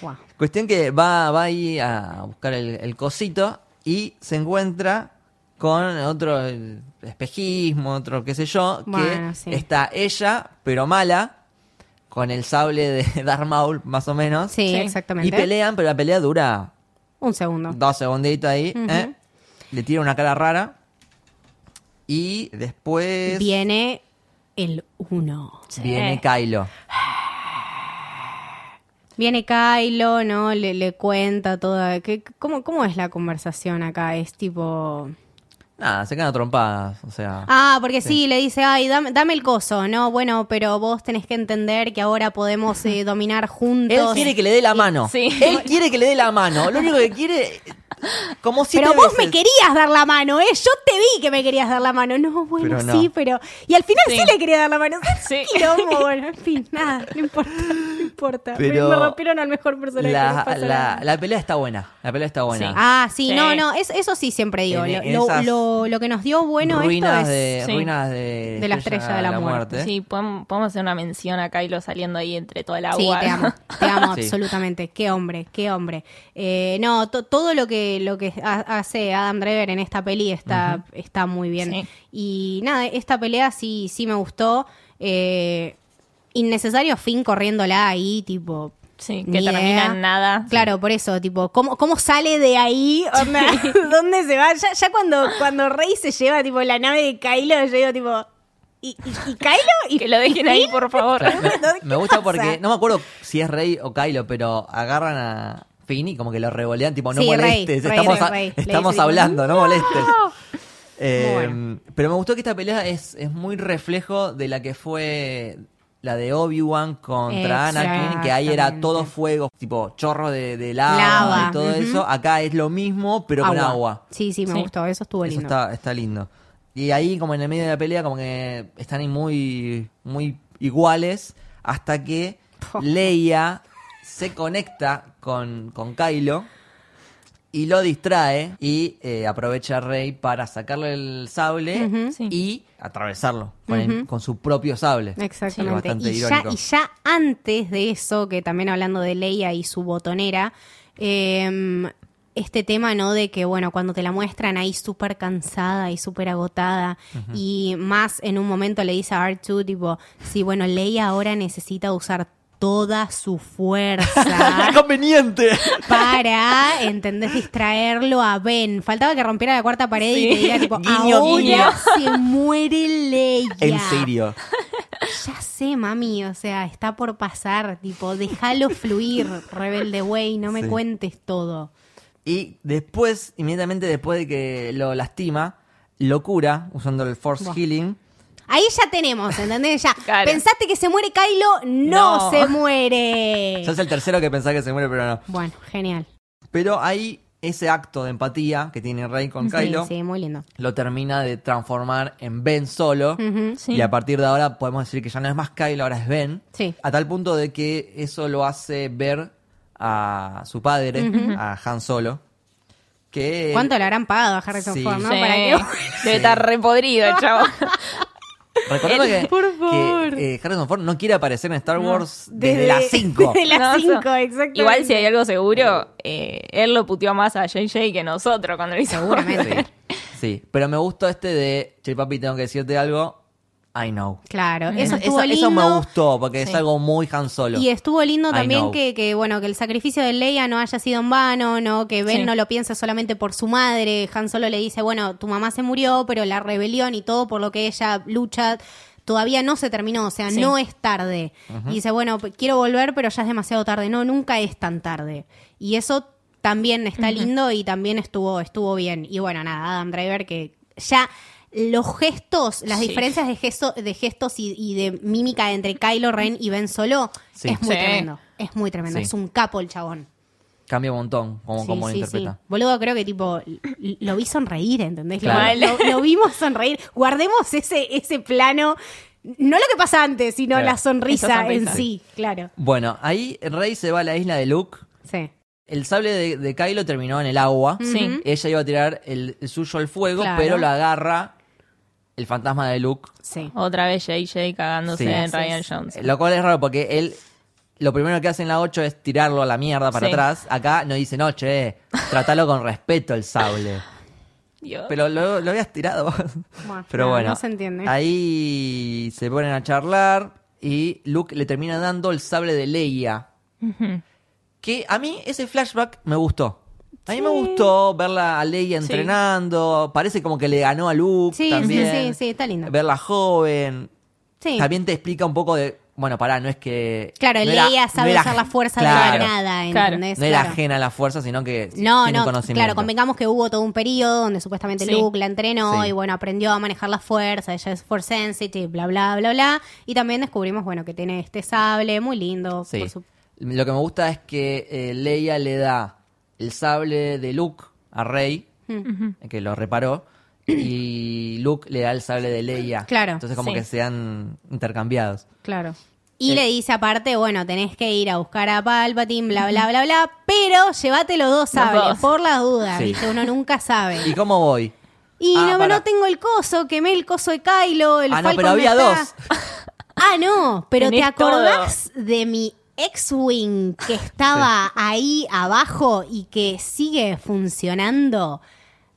Guau.
Cuestión que va, va ahí a buscar el, el cosito y se encuentra con otro el espejismo, otro qué sé yo,
Bueno,
que
sí.
está ella, pero mala, con el sable de [laughs] Darth Maul, más o menos.
Sí,
Sí.
exactamente.
Y pelean, pero la pelea dura
Un segundo.
dos segunditos ahí.
Ujú.
¿eh? Le tira una cara rara. Y después
Viene el uno.
viene Kylo.
Viene Kylo, ¿no? Le, le cuenta toda. ¿qué- cómo, ¿Cómo es la conversación acá? Es tipo.
Nada, se quedan trompadas. O sea,
Ah, porque sí, le dice, ay, dame, dame el coso, ¿no? Bueno, pero vos tenés que entender que ahora podemos eh, dominar juntos.
él quiere que le dé la mano.
Sí.
Él quiere que le dé la mano. Lo único que quiere. Como siete
Pero vos me
veces.
querías dar la mano, ¿eh? Yo te vi que me querías dar la mano. No, bueno,
Pero no.
sí, pero... Y al final sí,
Sí.
le quería dar
[laughs]
la mano.
Sí.
Quilombo, bueno, en fin, nada, no importa, no importa.
Pero-
me rompieron al mejor personaje. no
La,
pasa
la,
nada.
la pelea está buena. La pelea está buena.
Sí.
Ah, sí,
Sí.
no, no, es- eso sí siempre digo.
En- en
lo, lo,
esas
lo- lo que nos dio bueno
ruinas,
esto es...
de,
sí.
ruinas de.
De la estrella de la muerte.
Sí, podemos, podemos hacer una mención a Kylo saliendo ahí entre toda la
Sí,
agua.
te amo, te amo
Sí.
absolutamente. Qué hombre, qué hombre. Eh, no, to- todo lo que lo que ha- hace Adam Driver en esta peli está, está muy bien.
Sí.
Y nada, esta pelea sí, sí me gustó. Eh, innecesario Finn corriéndola ahí, tipo.
Sí,
ni
que termina
idea.
en nada.
Claro, por eso, tipo, ¿cómo, cómo sale de
[laughs]
ahí? Onda, [laughs] ¿Dónde se va? Ya, ya cuando, cuando Rey se lleva, tipo, la nave de Kylo, yo digo, tipo, ¿y, y, y Kylo? ¿Y
[laughs] [laughs] Que lo dejen ahí, por favor.
Claro,
[laughs]
me,
¿Qué
me gusta
pasa?
porque no me acuerdo si es Rey o Kylo, pero agarran a Finn y como que lo revolean, tipo, no
Sí, Rey,
molestes,
Rey,
estamos,
Rey,
a-
Rey. Le
estamos
dice,
hablando, no,
[laughs]
molestes. Eh,
Muy bueno.
Pero me gustó que esta pelea es, es muy reflejo de la que fue la de Obi-Wan contra Anakin, que ahí era
Exactamente.
todo fuego, tipo chorro de, de lava,
Lava,
y todo
ujú.
eso. Acá es lo mismo, pero con agua.
Sí, sí, me
Sí.
gustó, eso estuvo
Eso
lindo.
está, está lindo. Y ahí, como en el medio de la pelea, como que están ahí muy, muy iguales hasta
[laughs]
que Leia se conecta con, con Kylo y lo distrae y eh, aprovecha a Rey para sacarle el sable
Sí.
y atravesarlo con, el- con su propio sable. Algo
Exactamente.
bastante
y, ya,
irónico.
y ya antes de eso, que también hablando de Leia y su botonera, eh, este tema, ¿no? De que, bueno, cuando te la muestran ahí súper cansada y súper agotada, y más en un momento le dice a R2, tipo, sí, bueno, Leia ahora necesita usar toda su
[laughs]
fuerza. [laughs]
¡Conveniente!
para, ¿entendés? Distraerlo a Ben. Faltaba que rompiera la cuarta pared y
Sí.
te diga, tipo,
Guiño,
ahora
guiño.
se muere Leia.
En serio.
Ya sé, mami, o sea, está por pasar, tipo, déjalo fluir, rebelde güey, no me
Sí.
cuentes todo.
Y después, inmediatamente después de que lo lastima, lo cura usando el Force
Buah.
Healing.
Ahí ya tenemos, ¿entendés? Ya,
Claro.
pensaste que se muere Kylo, no,
No.
se muere.
Ya es el tercero que pensaba que se muere, pero no.
Bueno, genial.
Pero ahí ese acto de empatía que tiene Rey con
Sí,
Kylo
sí, muy lindo.
lo termina de transformar en Ben solo.
Ujú.
Sí.
Y a partir de ahora podemos decir que ya no es más Kylo, ahora es Ben.
Sí.
A tal punto de que eso lo hace ver a su padre, a Han Solo, que...
¿Cuánto le habrán pagado a Harrison
Eh, Sí.
Ford, no?
Sí.
Para que...
Debe
[laughs]
estar repodrido el chavo.
Recordemos que,
Por
que,
favor.
eh, Harrison Ford no quiere aparecer en Star Wars desde,
[laughs] Desde-
las 5.
desde
No,
las
eso-
5, exactamente.
Igual si hay algo seguro, eh, él lo puteó más a JJ que nosotros cuando lo hizo.
Seguramente.
Sí, sí, pero me gustó este de, che papi, tengo que decirte algo, I know.
Claro, eso
Eso,
estuvo
eso
lindo.
me gustó, porque es
Sí.
algo muy Han Solo.
Y estuvo lindo
I
también
know.
que, que, bueno, que el sacrificio de Leia no haya sido en vano, no que Ben
Sí.
no lo piense solamente por su madre. Han Solo le dice, bueno, tu mamá se murió, pero la rebelión y todo por lo que ella lucha todavía no se terminó, o sea,
Sí.
no es tarde. Y dice, bueno, p- quiero volver, pero ya es demasiado tarde. No, nunca es tan tarde. Y eso también está lindo y también estuvo estuvo bien. Y bueno, nada, Adam Driver que ya los gestos, las
Sí.
diferencias de, gesto- de gestos y, y de mímica entre Kylo Ren y Ben Solo
Sí.
es muy
Sí.
tremendo. Es muy tremendo.
Sí.
Es un capo el chabón.
Cambia un montón como,
Sí,
como lo
sí,
interpreta.
sí. Boludo, creo que tipo, l- l- lo vi sonreír, ¿entendés? Lo-
Claro.
Lo, lo vimos sonreír. Guardemos ese, ese plano, no lo que pasa antes, sino
Claro.
la sonrisa,
Esa sonrisa.
en sí, claro.
Bueno, ahí Rey se va a la isla de Luke.
Sí.
El sable de, de Kylo terminó en el agua.
Sí.
Ella iba a tirar el, el suyo al fuego,
Claro.
pero lo agarra el fantasma de Luke.
Sí.
[laughs] Otra vez JJ cagándose
Sí.
en
Sí,
Ryan
sí.
Johnson.
Eh, Lo cual es raro porque él lo primero que hace en la 8 es tirarlo a la mierda para
Sí.
atrás. Acá no dice, no, che, tratalo con respeto el
[laughs]
sable.
Dios.
Pero lo, lo habías tirado vos.
Bueno,
Pero
no,
bueno,
no se entiende.
ahí se ponen a charlar y Luke le termina dando el sable de Leia. Que a mí ese flashback me gustó. A mí me gustó verla a Leia entrenando. Parece como que le ganó a Luke
Sí, sí,
también.
sí, sí, está lindo.
Verla joven.
Sí.
También te explica un poco de. Bueno, pará, no es que.
Claro,
no era-
Leia
no
sabe
era
usar
aj-
la fuerza de
claro,
la nada,
claro.
¿entendés?
No era
Claro.
ajena a la fuerza, sino que
No,
tiene un
no,
conocimiento.
claro, convengamos que hubo todo un periodo donde supuestamente
Sí.
Luke la entrenó
Sí.
y bueno, aprendió a manejar la fuerza, ella es force sensitive, bla, bla, bla, bla. Y también descubrimos, bueno, que tiene este sable muy lindo.
Sí.
por su-
Lo que me gusta es que eh, Leia le da el sable de Luke a Rey,
Mm.
que lo reparó, y Luke le da el sable de Leia.
Claro,
Entonces como
sí.
que sean intercambiados.
Claro. Y
Eh.
le dice aparte, bueno, tenés que ir a buscar a Palpatine, bla, bla, bla, bla, pero llévate los dos
Los
sables,
dos.
por las dudas,
Sí.
¿viste? Uno nunca sabe.
[laughs] ¿Y cómo voy?
Y
Ah,
no,
pará.
no tengo el coso, quemé el coso de Kylo, el
Ah, no,
Falcon
pero había
está-
dos.
Ah, no, pero ¿te
Tenés todo.
acordás de mi X-Wing que estaba ahí abajo y que sigue funcionando?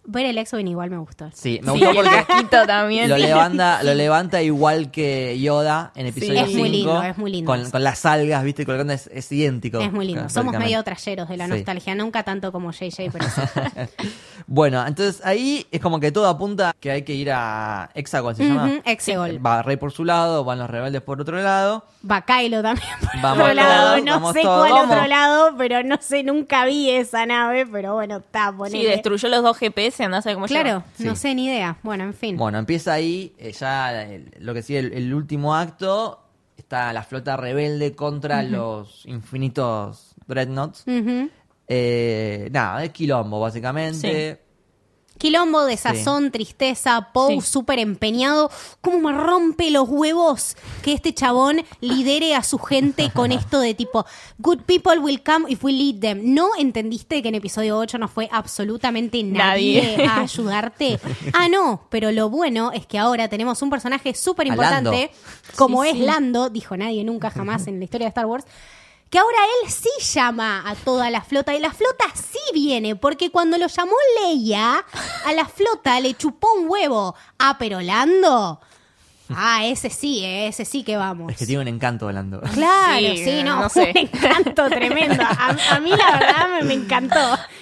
Ver el X-Wing igual me gustó.
Sí, me
Sí,
gustó
y
[laughs]
el
porque
casquito también.
lo levanta, lo levanta igual que Yoda en episodio
es
5.
muy
lindo, es muy lindo.
Con, con las algas, viste, colgando, es, es idéntico. Ah,
Es muy lindo. Somos
prácticamente.
medio trayeros de la
Sí.
nostalgia, nunca tanto como JJ, pero
[laughs]
sí.
Bueno, entonces ahí es como que todo apunta que hay que ir a Hexagon, ¿se llama?
Ujú, Hexagol.
Va Rey por su lado, van los rebeldes por otro lado.
Va Kylo también por
Vamos
otro lado,
todos,
no
vamos
sé
todos.
cuál
Vamos.
otro lado, pero no sé, nunca vi esa nave, pero bueno, está
Sí,
bonito.
destruyó los dos GPS, no sé cómo
Claro,
Sí.
no sé ni idea. Bueno, en fin.
Bueno, empieza ahí eh, ya el- lo que sigue el, el último acto. Está la flota rebelde contra los infinitos dreadnoughts.
Ujú.
Eh, nada, es quilombo, básicamente.
Quilombo, desazón, tristeza, Poe
Sí.
súper empeñado. ¿Cómo me rompe los huevos que este chabón lidere a su gente con esto de tipo, good people will come if we lead them? ¿No entendiste que en episodio 8 no fue absolutamente nadie,
Nadie.
a ayudarte? Ah, no, pero lo bueno es que ahora tenemos un personaje súper importante, como
Sí,
es
sí.
Lando, dijo nadie nunca jamás en la historia de Star Wars, que ahora él sí llama a toda la flota y la flota sí viene, porque cuando lo llamó Leia, a la flota le chupó un huevo. Ah, pero Lando. Ah, ese sí, eh, ese sí que vamos.
Es que tiene un encanto volando.
Claro, sí,
Sí,
no, [laughs]
no sé.
un encanto tremendo. A, a mí la verdad me, me encantó.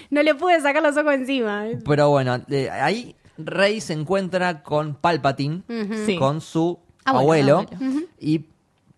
No le pude sacar los ojos encima.
Pero bueno, eh, ahí Rey se encuentra con Palpatine,
Sí.
con su
Ah,
abuelo,
Abuelo,
y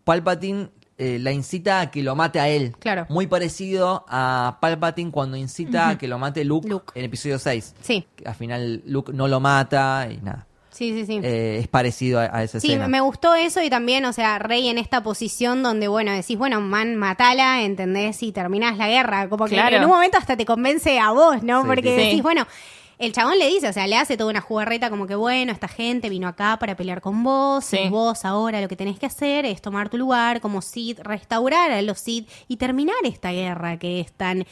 Palpatine eh, la incita a que lo mate a él.
Claro.
Muy parecido a Palpatine cuando incita a que lo mate Luke,
Luke.
en episodio 6.
Sí,
Al final Luke no lo mata y nada.
sí, sí, sí.
Eh, es parecido a, a esa
Sí,
escena.
me gustó eso y también, o sea, Rey en esta posición donde, bueno, decís, bueno, man, matala, ¿entendés? Y terminás la guerra. Como que
Claro.
en un momento hasta te convence a vos, ¿no?
Sí,
Porque
sí.
decís,
Sí.
bueno, el chabón le dice, o sea, le hace toda una jugarreta como que, bueno, esta gente vino acá para pelear con vos,
Sí.
y vos ahora lo que tenés que hacer es tomar tu lugar como Sid, restaurar a los Sid y terminar esta guerra que es tan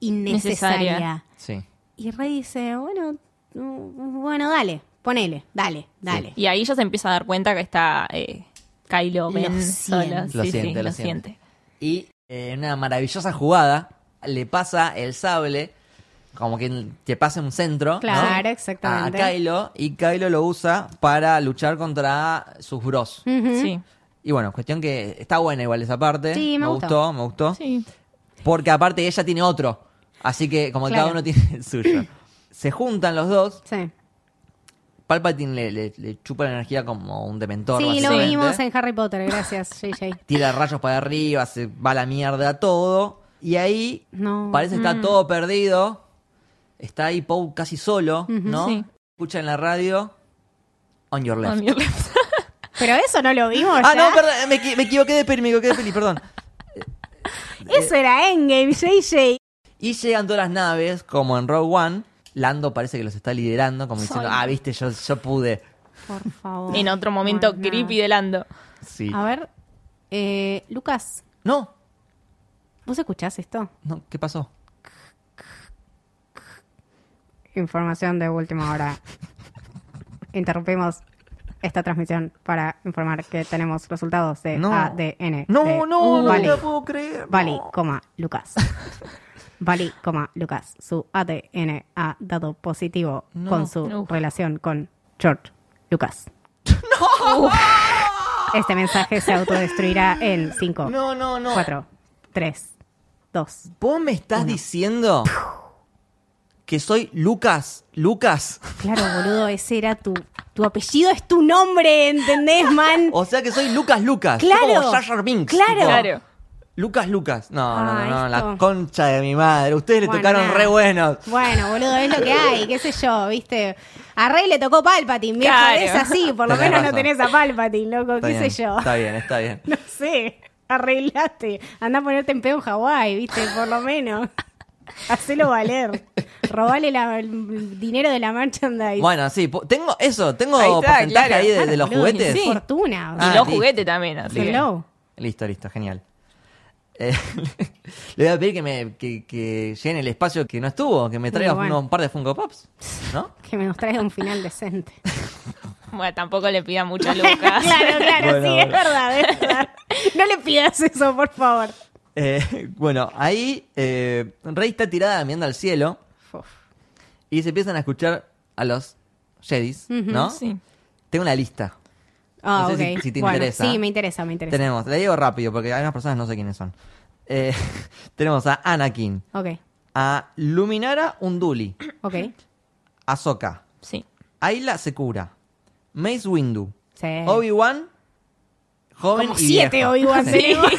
innecesaria.
Necesaria.
Sí.
Y Rey dice, bueno, mm, bueno, dale, ponele, dale, dale.
Y ahí ya se empieza a dar cuenta que está eh, Kylo
Lo
Ben
siente.
solo.
Lo
Sí, sí,
siente, lo, siente. Y eh, en una maravillosa jugada le pasa el sable, como que te pasa un centro. ¿no?
Claro, exactamente.
A Kylo, y Kylo lo usa para luchar contra sus bros.
Ujú.
Sí.
Y bueno, cuestión que está buena igual esa parte.
Sí, me
gustó.
gustó.
me gustó.
Sí.
Porque aparte ella tiene otro. Así que como que
Claro.
cada uno tiene el suyo. Se juntan los dos.
Sí,
Palpatine le, le- le chupa la energía como un dementor.
Sí, lo
básicamente.
vimos en Harry Potter, gracias, [laughs] JJ.
Tira rayos para arriba, se va a la mierda todo. Y ahí
No.
parece que está
Mm.
todo perdido. Está ahí Poe casi solo, ¿no?
Sí.
Escucha en la radio. On your left.
On your left.
Pero eso no lo vimos.
Ah,
ya.
no, perdón, me, equi- me equivoqué de peli, me equivoqué de peli, perdón.
Eso era
[laughs]
Endgame, JJ.
Y llegan todas las naves, como en Rogue One. Lando parece que los está liderando, como diciendo,
Soy.
ah, viste, yo, yo pude.
Por favor.
En otro momento
Oh, Bueno,
creepy de Lando.
Sí.
A ver, eh, Lucas,
No,
¿vos escuchás esto?
no, ¿qué pasó?
Información de última [laughs] hora. Interrumpimos esta transmisión para informar que tenemos resultados de
No.
ADN.
Eh, No,
eh,
de
no, no
uh,
Bali,
te puedo creer.
Bali,
no.
coma,
[laughs]
Lucas. Bali, coma, Lucas. Su ADN ha dado positivo
No.
con su
Uf.
relación con George
[laughs]
Lucas. ¡No! Este mensaje se autodestruirá en 5,
No, no, no.
4, 3, 2.
¿Vos me estás diciendo que soy Lucas? Lucas.
Claro, boludo, ese era tu. Tu apellido es tu nombre, ¿entendés, man?
O sea que soy Lucas Lucas. Soy
Claro.
Como Jar Jar Binks,
Claro.
tipo,
Claro.
Lucas Lucas. No, no,
Ah,
no, no, la
esto.
concha de mi madre. Ustedes le
Bueno,
tocaron
nada.
re buenos.
Bueno, boludo, es lo que hay, qué sé yo, viste. A Rey le tocó Palpatine, viejo,
Claro.
es así, por lo
Tenés
menos
razón.
no tenés a Palpatine, loco,
Está
qué
bien,
sé yo.
Está bien, está
[laughs]
bien.
No sé, arreglaste. Anda a ponerte en pedo en Hawái, viste, por lo [laughs] menos. Hacelo valer. Robale la- el dinero de la merchandise.
Bueno, sí, po- tengo eso, tengo
Ahí está,
porcentaje
claro. Ah,
ahí de,
Claro,
de los
boludo,
juguetes.
tenés fortuna.
Ah,
o
y
sea,
los
listo.
juguetes también, así que-
hello.
Listo, listo, genial. Eh, [laughs] le voy a pedir que me que, que llene el espacio que no estuvo, que me traiga
Muy bueno.
uno- un par de Funko Pops, ¿no?
[laughs] Que me nos traiga un final decente.
Bueno, tampoco le pida [laughs] mucho
[laughs]
a Lucas.
claro, claro,
Bueno,
sí,
bueno.
es verdad, es verdad. No le pidas eso, por favor.
Eh, bueno, ahí eh, Rey está tirada mirando al cielo y se empiezan a escuchar a los Jedis, ¿no?
Sí.
Tengo una lista.
Ah,
No sé si-
ok.
si te
Bueno,
interesa.
Sí, me interesa, me interesa.
Tenemos, la digo rápido porque algunas personas no sé quiénes son. Eh, [laughs] tenemos a Anakin,
Ok,
a Luminara Unduli,
ok.
a Sokka,
Sí.
Ayla Secura, Mace Windu,
Sí.
Obi-Wan, joven
Eh. Como
y
siete
viejo. [laughs]
Obi-Wan
Sí.
tenemos.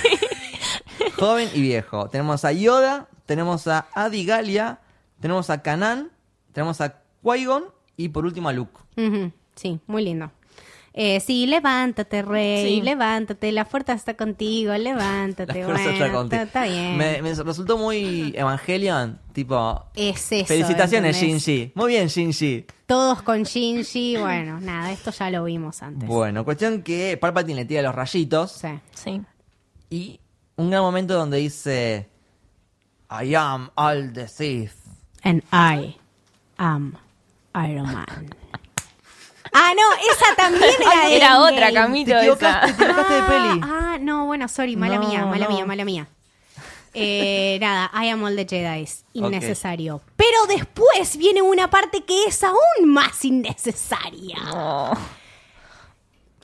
Joven y viejo. Tenemos a Yoda, tenemos a Adigalia, tenemos a Kanan, tenemos a Qui-Gon y por último a Luke.
Ujú, Sí, muy lindo. Eh, sí, levántate, rey,
Sí.
levántate, la fuerza está contigo,
La
levántate,
fuerza
Este, bueno,
está contigo.
está bien.
Me, me resultó muy Evangelion, tipo...
Es eso.
Felicitaciones,
¿entendés?
Shinji. Muy bien, Shinji.
Todos con Shinji, bueno, nada, esto ya lo vimos antes.
Bueno, cuestión que Palpatine le tira los rayitos.
Sí.
Sí.
Y un gran momento donde dice... I am all the Sith.
And I am Iron
[laughs]
Man. ah, no, esa también era,
Era
Endgame.
otra, Camito,
Te equivocaste,
esa.
te equivocaste de peli.
Ah, ah, no, bueno, sorry, mala
No,
mía, mala
no.
mía, mala mía. Eh, nada, I am all the Jedi es innecesario. Pero después viene una parte que es aún más innecesaria.
No.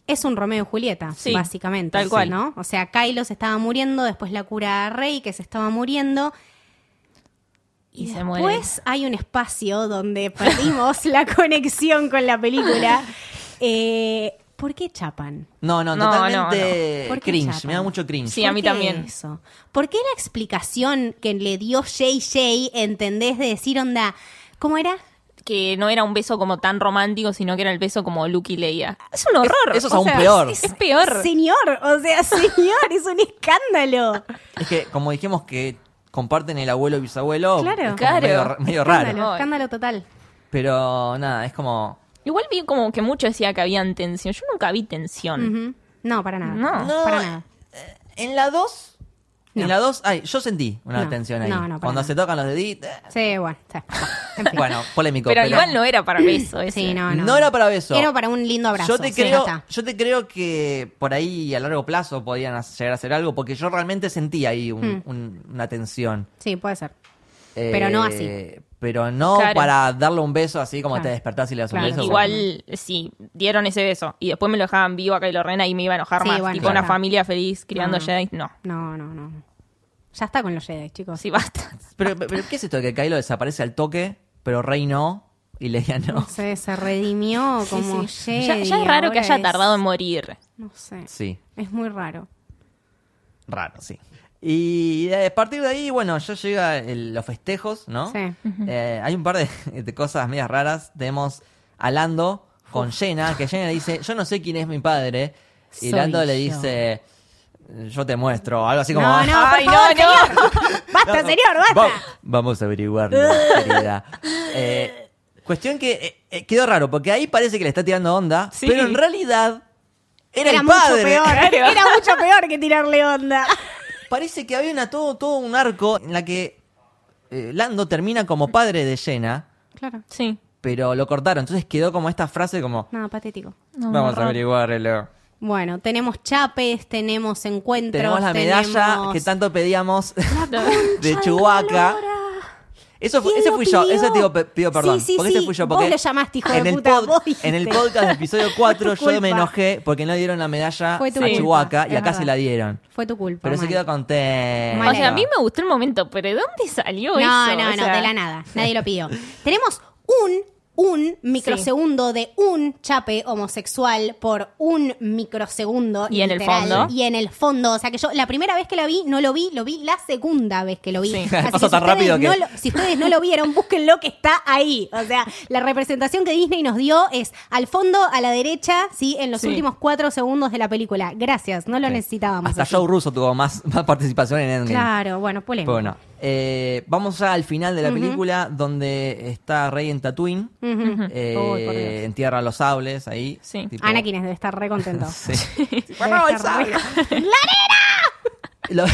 Es un Romeo y Julieta,
Sí,
básicamente.
tal cual.
¿no? O sea, Kylo se estaba muriendo, después la cura a Rey, que se estaba muriendo.
Y, se muere.
Después hay un espacio donde perdimos la [laughs] conexión con la
[laughs]
película. Eh, ¿Por qué chapan?
No, no,
No,
totalmente
no, no. ¿Por
cringe.
qué
Me da
chapan?
mucho cringe.
Sí, a
¿Por
mí
qué
también.
eso? ¿Por qué la explicación que le dio JJ, entendés, de decir onda, ¿cómo era?
Que no era un beso como tan romántico, sino que era el beso como Luke y Leia. Es un horror.
Eso es
o
aún
sea,
peor.
Es, es peor.
Señor, o sea, [laughs] señor, es un escándalo.
Es que, como dijimos que comparten el abuelo y bisabuelo,
Claro.
es como
Claro.
medio, medio raro.
Escándalo, escándalo total.
Pero nada, es como.
Igual vi como que mucho decía que habían tensión. Yo nunca vi tensión.
Ujú. No, para nada.
No.
para nada.
eh, Ah, En la 2 En
No.
la 2, ay, yo sentí una
No,
tensión ahí.
no, no, para
Cuando
nada.
se tocan los deditos. eh,
Sí, bueno. está. En fin. [laughs]
Bueno, polémico.
Pero igual no era para eso. Ese.
Sí, no, no.
No era para eso.
Era para un lindo abrazo.
Yo te,
sí, ya
creo,
está.
yo te creo que por ahí a largo plazo podían hacer- llegar a hacer algo, porque yo realmente sentí ahí un- un- una tensión. Eh,
Sí, puede ser. Hmm. Pero no así.
Pero no
Claro.
para darle un beso así como
Claro.
te despertás y le das
Claro.
un beso.
Igual, sí, dieron ese beso. Y después me lo dejaban vivo acá y lo rena y me iba a enojar
Sí,
más.
bueno,
tipo
ya
una
está.
familia feliz criando
No.
Jedi. No.
No, no, no. Ya está con los Jedi, chicos.
Sí, basta.
Pero, pero ¿qué es esto de que Kylo desaparece al toque, pero Rey no y Leia no?
[laughs] No sé, se redimió como Jedi.
ya, ya es raro que
ahora
haya
es-
tardado en morir.
No sé.
Sí,
Es muy raro.
raro, sí. Y eh, a partir de ahí, bueno, ya llega el- los festejos, ¿no?
Sí.
Eh, hay un par de, [laughs] de cosas medias raras. Tenemos a Lando con Jenna, que Jenna le dice, yo no sé quién es mi padre. Y
Soy
Lando le
yo.
dice, yo te muestro, algo así como... [laughs]
no, no,
Ay,
por
no,
favor,
no.
[laughs] señor. Basta, señor, basta.
Va- vamos a
[laughs]
averiguarlo, querida. Eh, cuestión que eh, eh, quedó raro, porque ahí parece que le está tirando onda,
Sí.
pero en realidad era,
Era
el
mucho
padre.
peor. [laughs]
Claro.
Era mucho peor que tirarle onda.
Parece que había una, todo, todo un arco en la que eh, Lando termina como padre de Jenna,
Claro.
Sí.
pero lo cortaron. Entonces quedó como esta frase como,
Nada, patético.
No,
vamos
no,
a
no.
averiguarlo.
Bueno, tenemos chapes, tenemos encuentros.
Tenemos la medalla
tenemos-
que tanto pedíamos [laughs] de
Chihuahua.
Chewbacca. Eso fue,
¿Quién
ese
lo
fui yo,
pidió?
ese te digo, pe- pido perdón.
Sí, sí,
porque ese
sí,
fui yo.
vos
Porque
lo llamaste, hijo de
en el
puta,
pod-
vos dijiste.
En el podcast del
[laughs]
episodio 4
Fue tu
yo me
culpa.
enojé porque no dieron la medalla
Fue tu
a
culpa,
Chihuahua y
es
acá
verdad.
se la dieron.
Fue tu culpa.
Pero se
Mike.
quedó contento.
O
Vale.
sea, a mí me gustó el momento, pero ¿de dónde salió eso?
No, no,
O sea,
no, de la nada. Nadie lo
[laughs]
pidió. Tenemos un, un microsegundo de un chape homosexual por un microsegundo.
Y en el
literal,
fondo.
Y en el fondo. O sea que yo la primera vez que la vi, no lo vi, lo vi la segunda vez que lo vi.
[laughs] Sí.
Así que
Pasó tan
ustedes
rápido que-
no lo- si ustedes no lo
[laughs]
vieron, búsquenlo que está ahí. O sea, la representación que Disney nos dio es al fondo, a la derecha, sí, en los
Sí.
últimos cuatro segundos de la película. Gracias, no lo necesitábamos.
Hasta
así.
Joe Russo tuvo más, más participación en Endgame.
Claro, bueno, polémico.
Pero bueno, eh, vamos ya al final de la película donde está Rey en Tatooine, eh,
Uy, por Dios.
en Tierra los Sables, ahí.
Sí.
Anakin debe estar re contento.
[laughs]
Sí.
Debe
Bueno, el
estar re- [laughs]
sable. Lo- [laughs]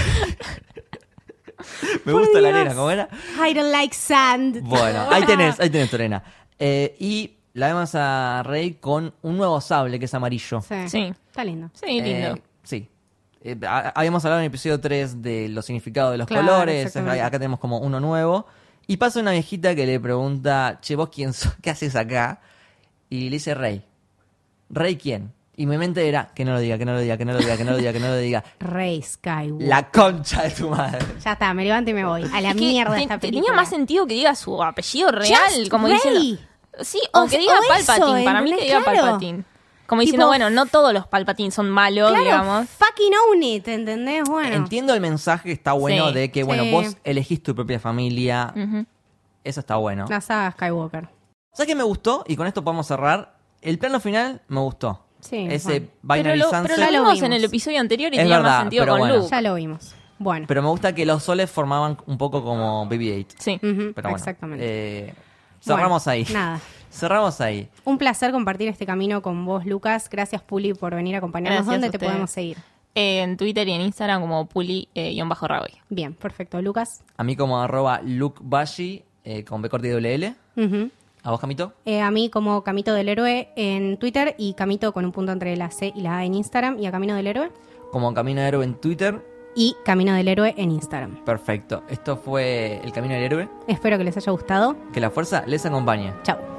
Me gusta la arena, ¿cómo era?
I don't like sand. Ah,
Bueno, ahí tenés, ahí tenés tu arena. Eh, y la vemos a Rey con un nuevo sable que es amarillo.
Sí.
Está lindo.
Sí, lindo.
Eh, sí. Eh, ha- habíamos hablado en el episodio 3 de los significados de los
Claro,
colores.
exactamente.
Acá tenemos como uno nuevo. Y pasa una viejita que le pregunta, che, vos quién sos, ¿qué haces acá? Y le dice Rey. ¿Rey quién? Y mi mente era, que no lo diga, que no lo diga, que no lo diga, que no lo diga, que no lo diga.
Rey Skywalker.
La concha de tu madre.
Ya está, me levanto y me voy. A la
Es que
mierda
te-
esta película.
Tenía más sentido que diga su apellido real,
Just
como
Rey.
diciendo. Sí, o,
O-
que diga
o eso,
Palpatine. Para mí que diga
¿entendés? Claro.
Palpatine. Como diciendo,
Tipo-
bueno, no todos los Palpatine son malos,
claro,
digamos.
fucking own it, ¿entendés? Bueno.
Entiendo el mensaje, está bueno
Sí, Mm.
de que, bueno,
sí.
vos elegís tu propia familia.
Ujú.
Eso está bueno.
La saga Skywalker.
¿Sabes qué me gustó? Y con esto podemos cerrar. El plano final me gustó.
Sí,
Ese
Pero
Binary
lo, pero
Sunset.
lo
Ya lo
vimos
vimos.
en el episodio anterior y
Es
tenía
verdad,
más sentido
pero
con
bueno.
Luke.
Ya lo vimos. Bueno.
Pero me gusta que los soles formaban un poco como BB-8.
Sí.
Ujú,
Pero bueno,
Exactamente.
eh, cerramos
Bueno,
ahí.
Nada.
[laughs] Cerramos ahí.
Un placer compartir este camino con vos, Lucas. Gracias, Puli, por venir a acompañarnos.
Gracias a
¿Dónde te
ustedes.
podemos seguir?
Eh, En Twitter y en Instagram como eh, puli-raboy.
Bien, perfecto. Lucas.
A mí como arroba Luke Bashi, eh, con B corta y doble L.
Ujú.
A vos, Camito.
Eh, a mí como Camito del Héroe en Twitter y Camito con un punto entre la C y la A en Instagram y a Camino del Héroe
Como Camino del Héroe en Twitter.
y Camino del Héroe en Instagram.
Perfecto. Esto fue El Camino del Héroe.
Espero que les haya gustado.
Que la fuerza les acompañe.
Chao.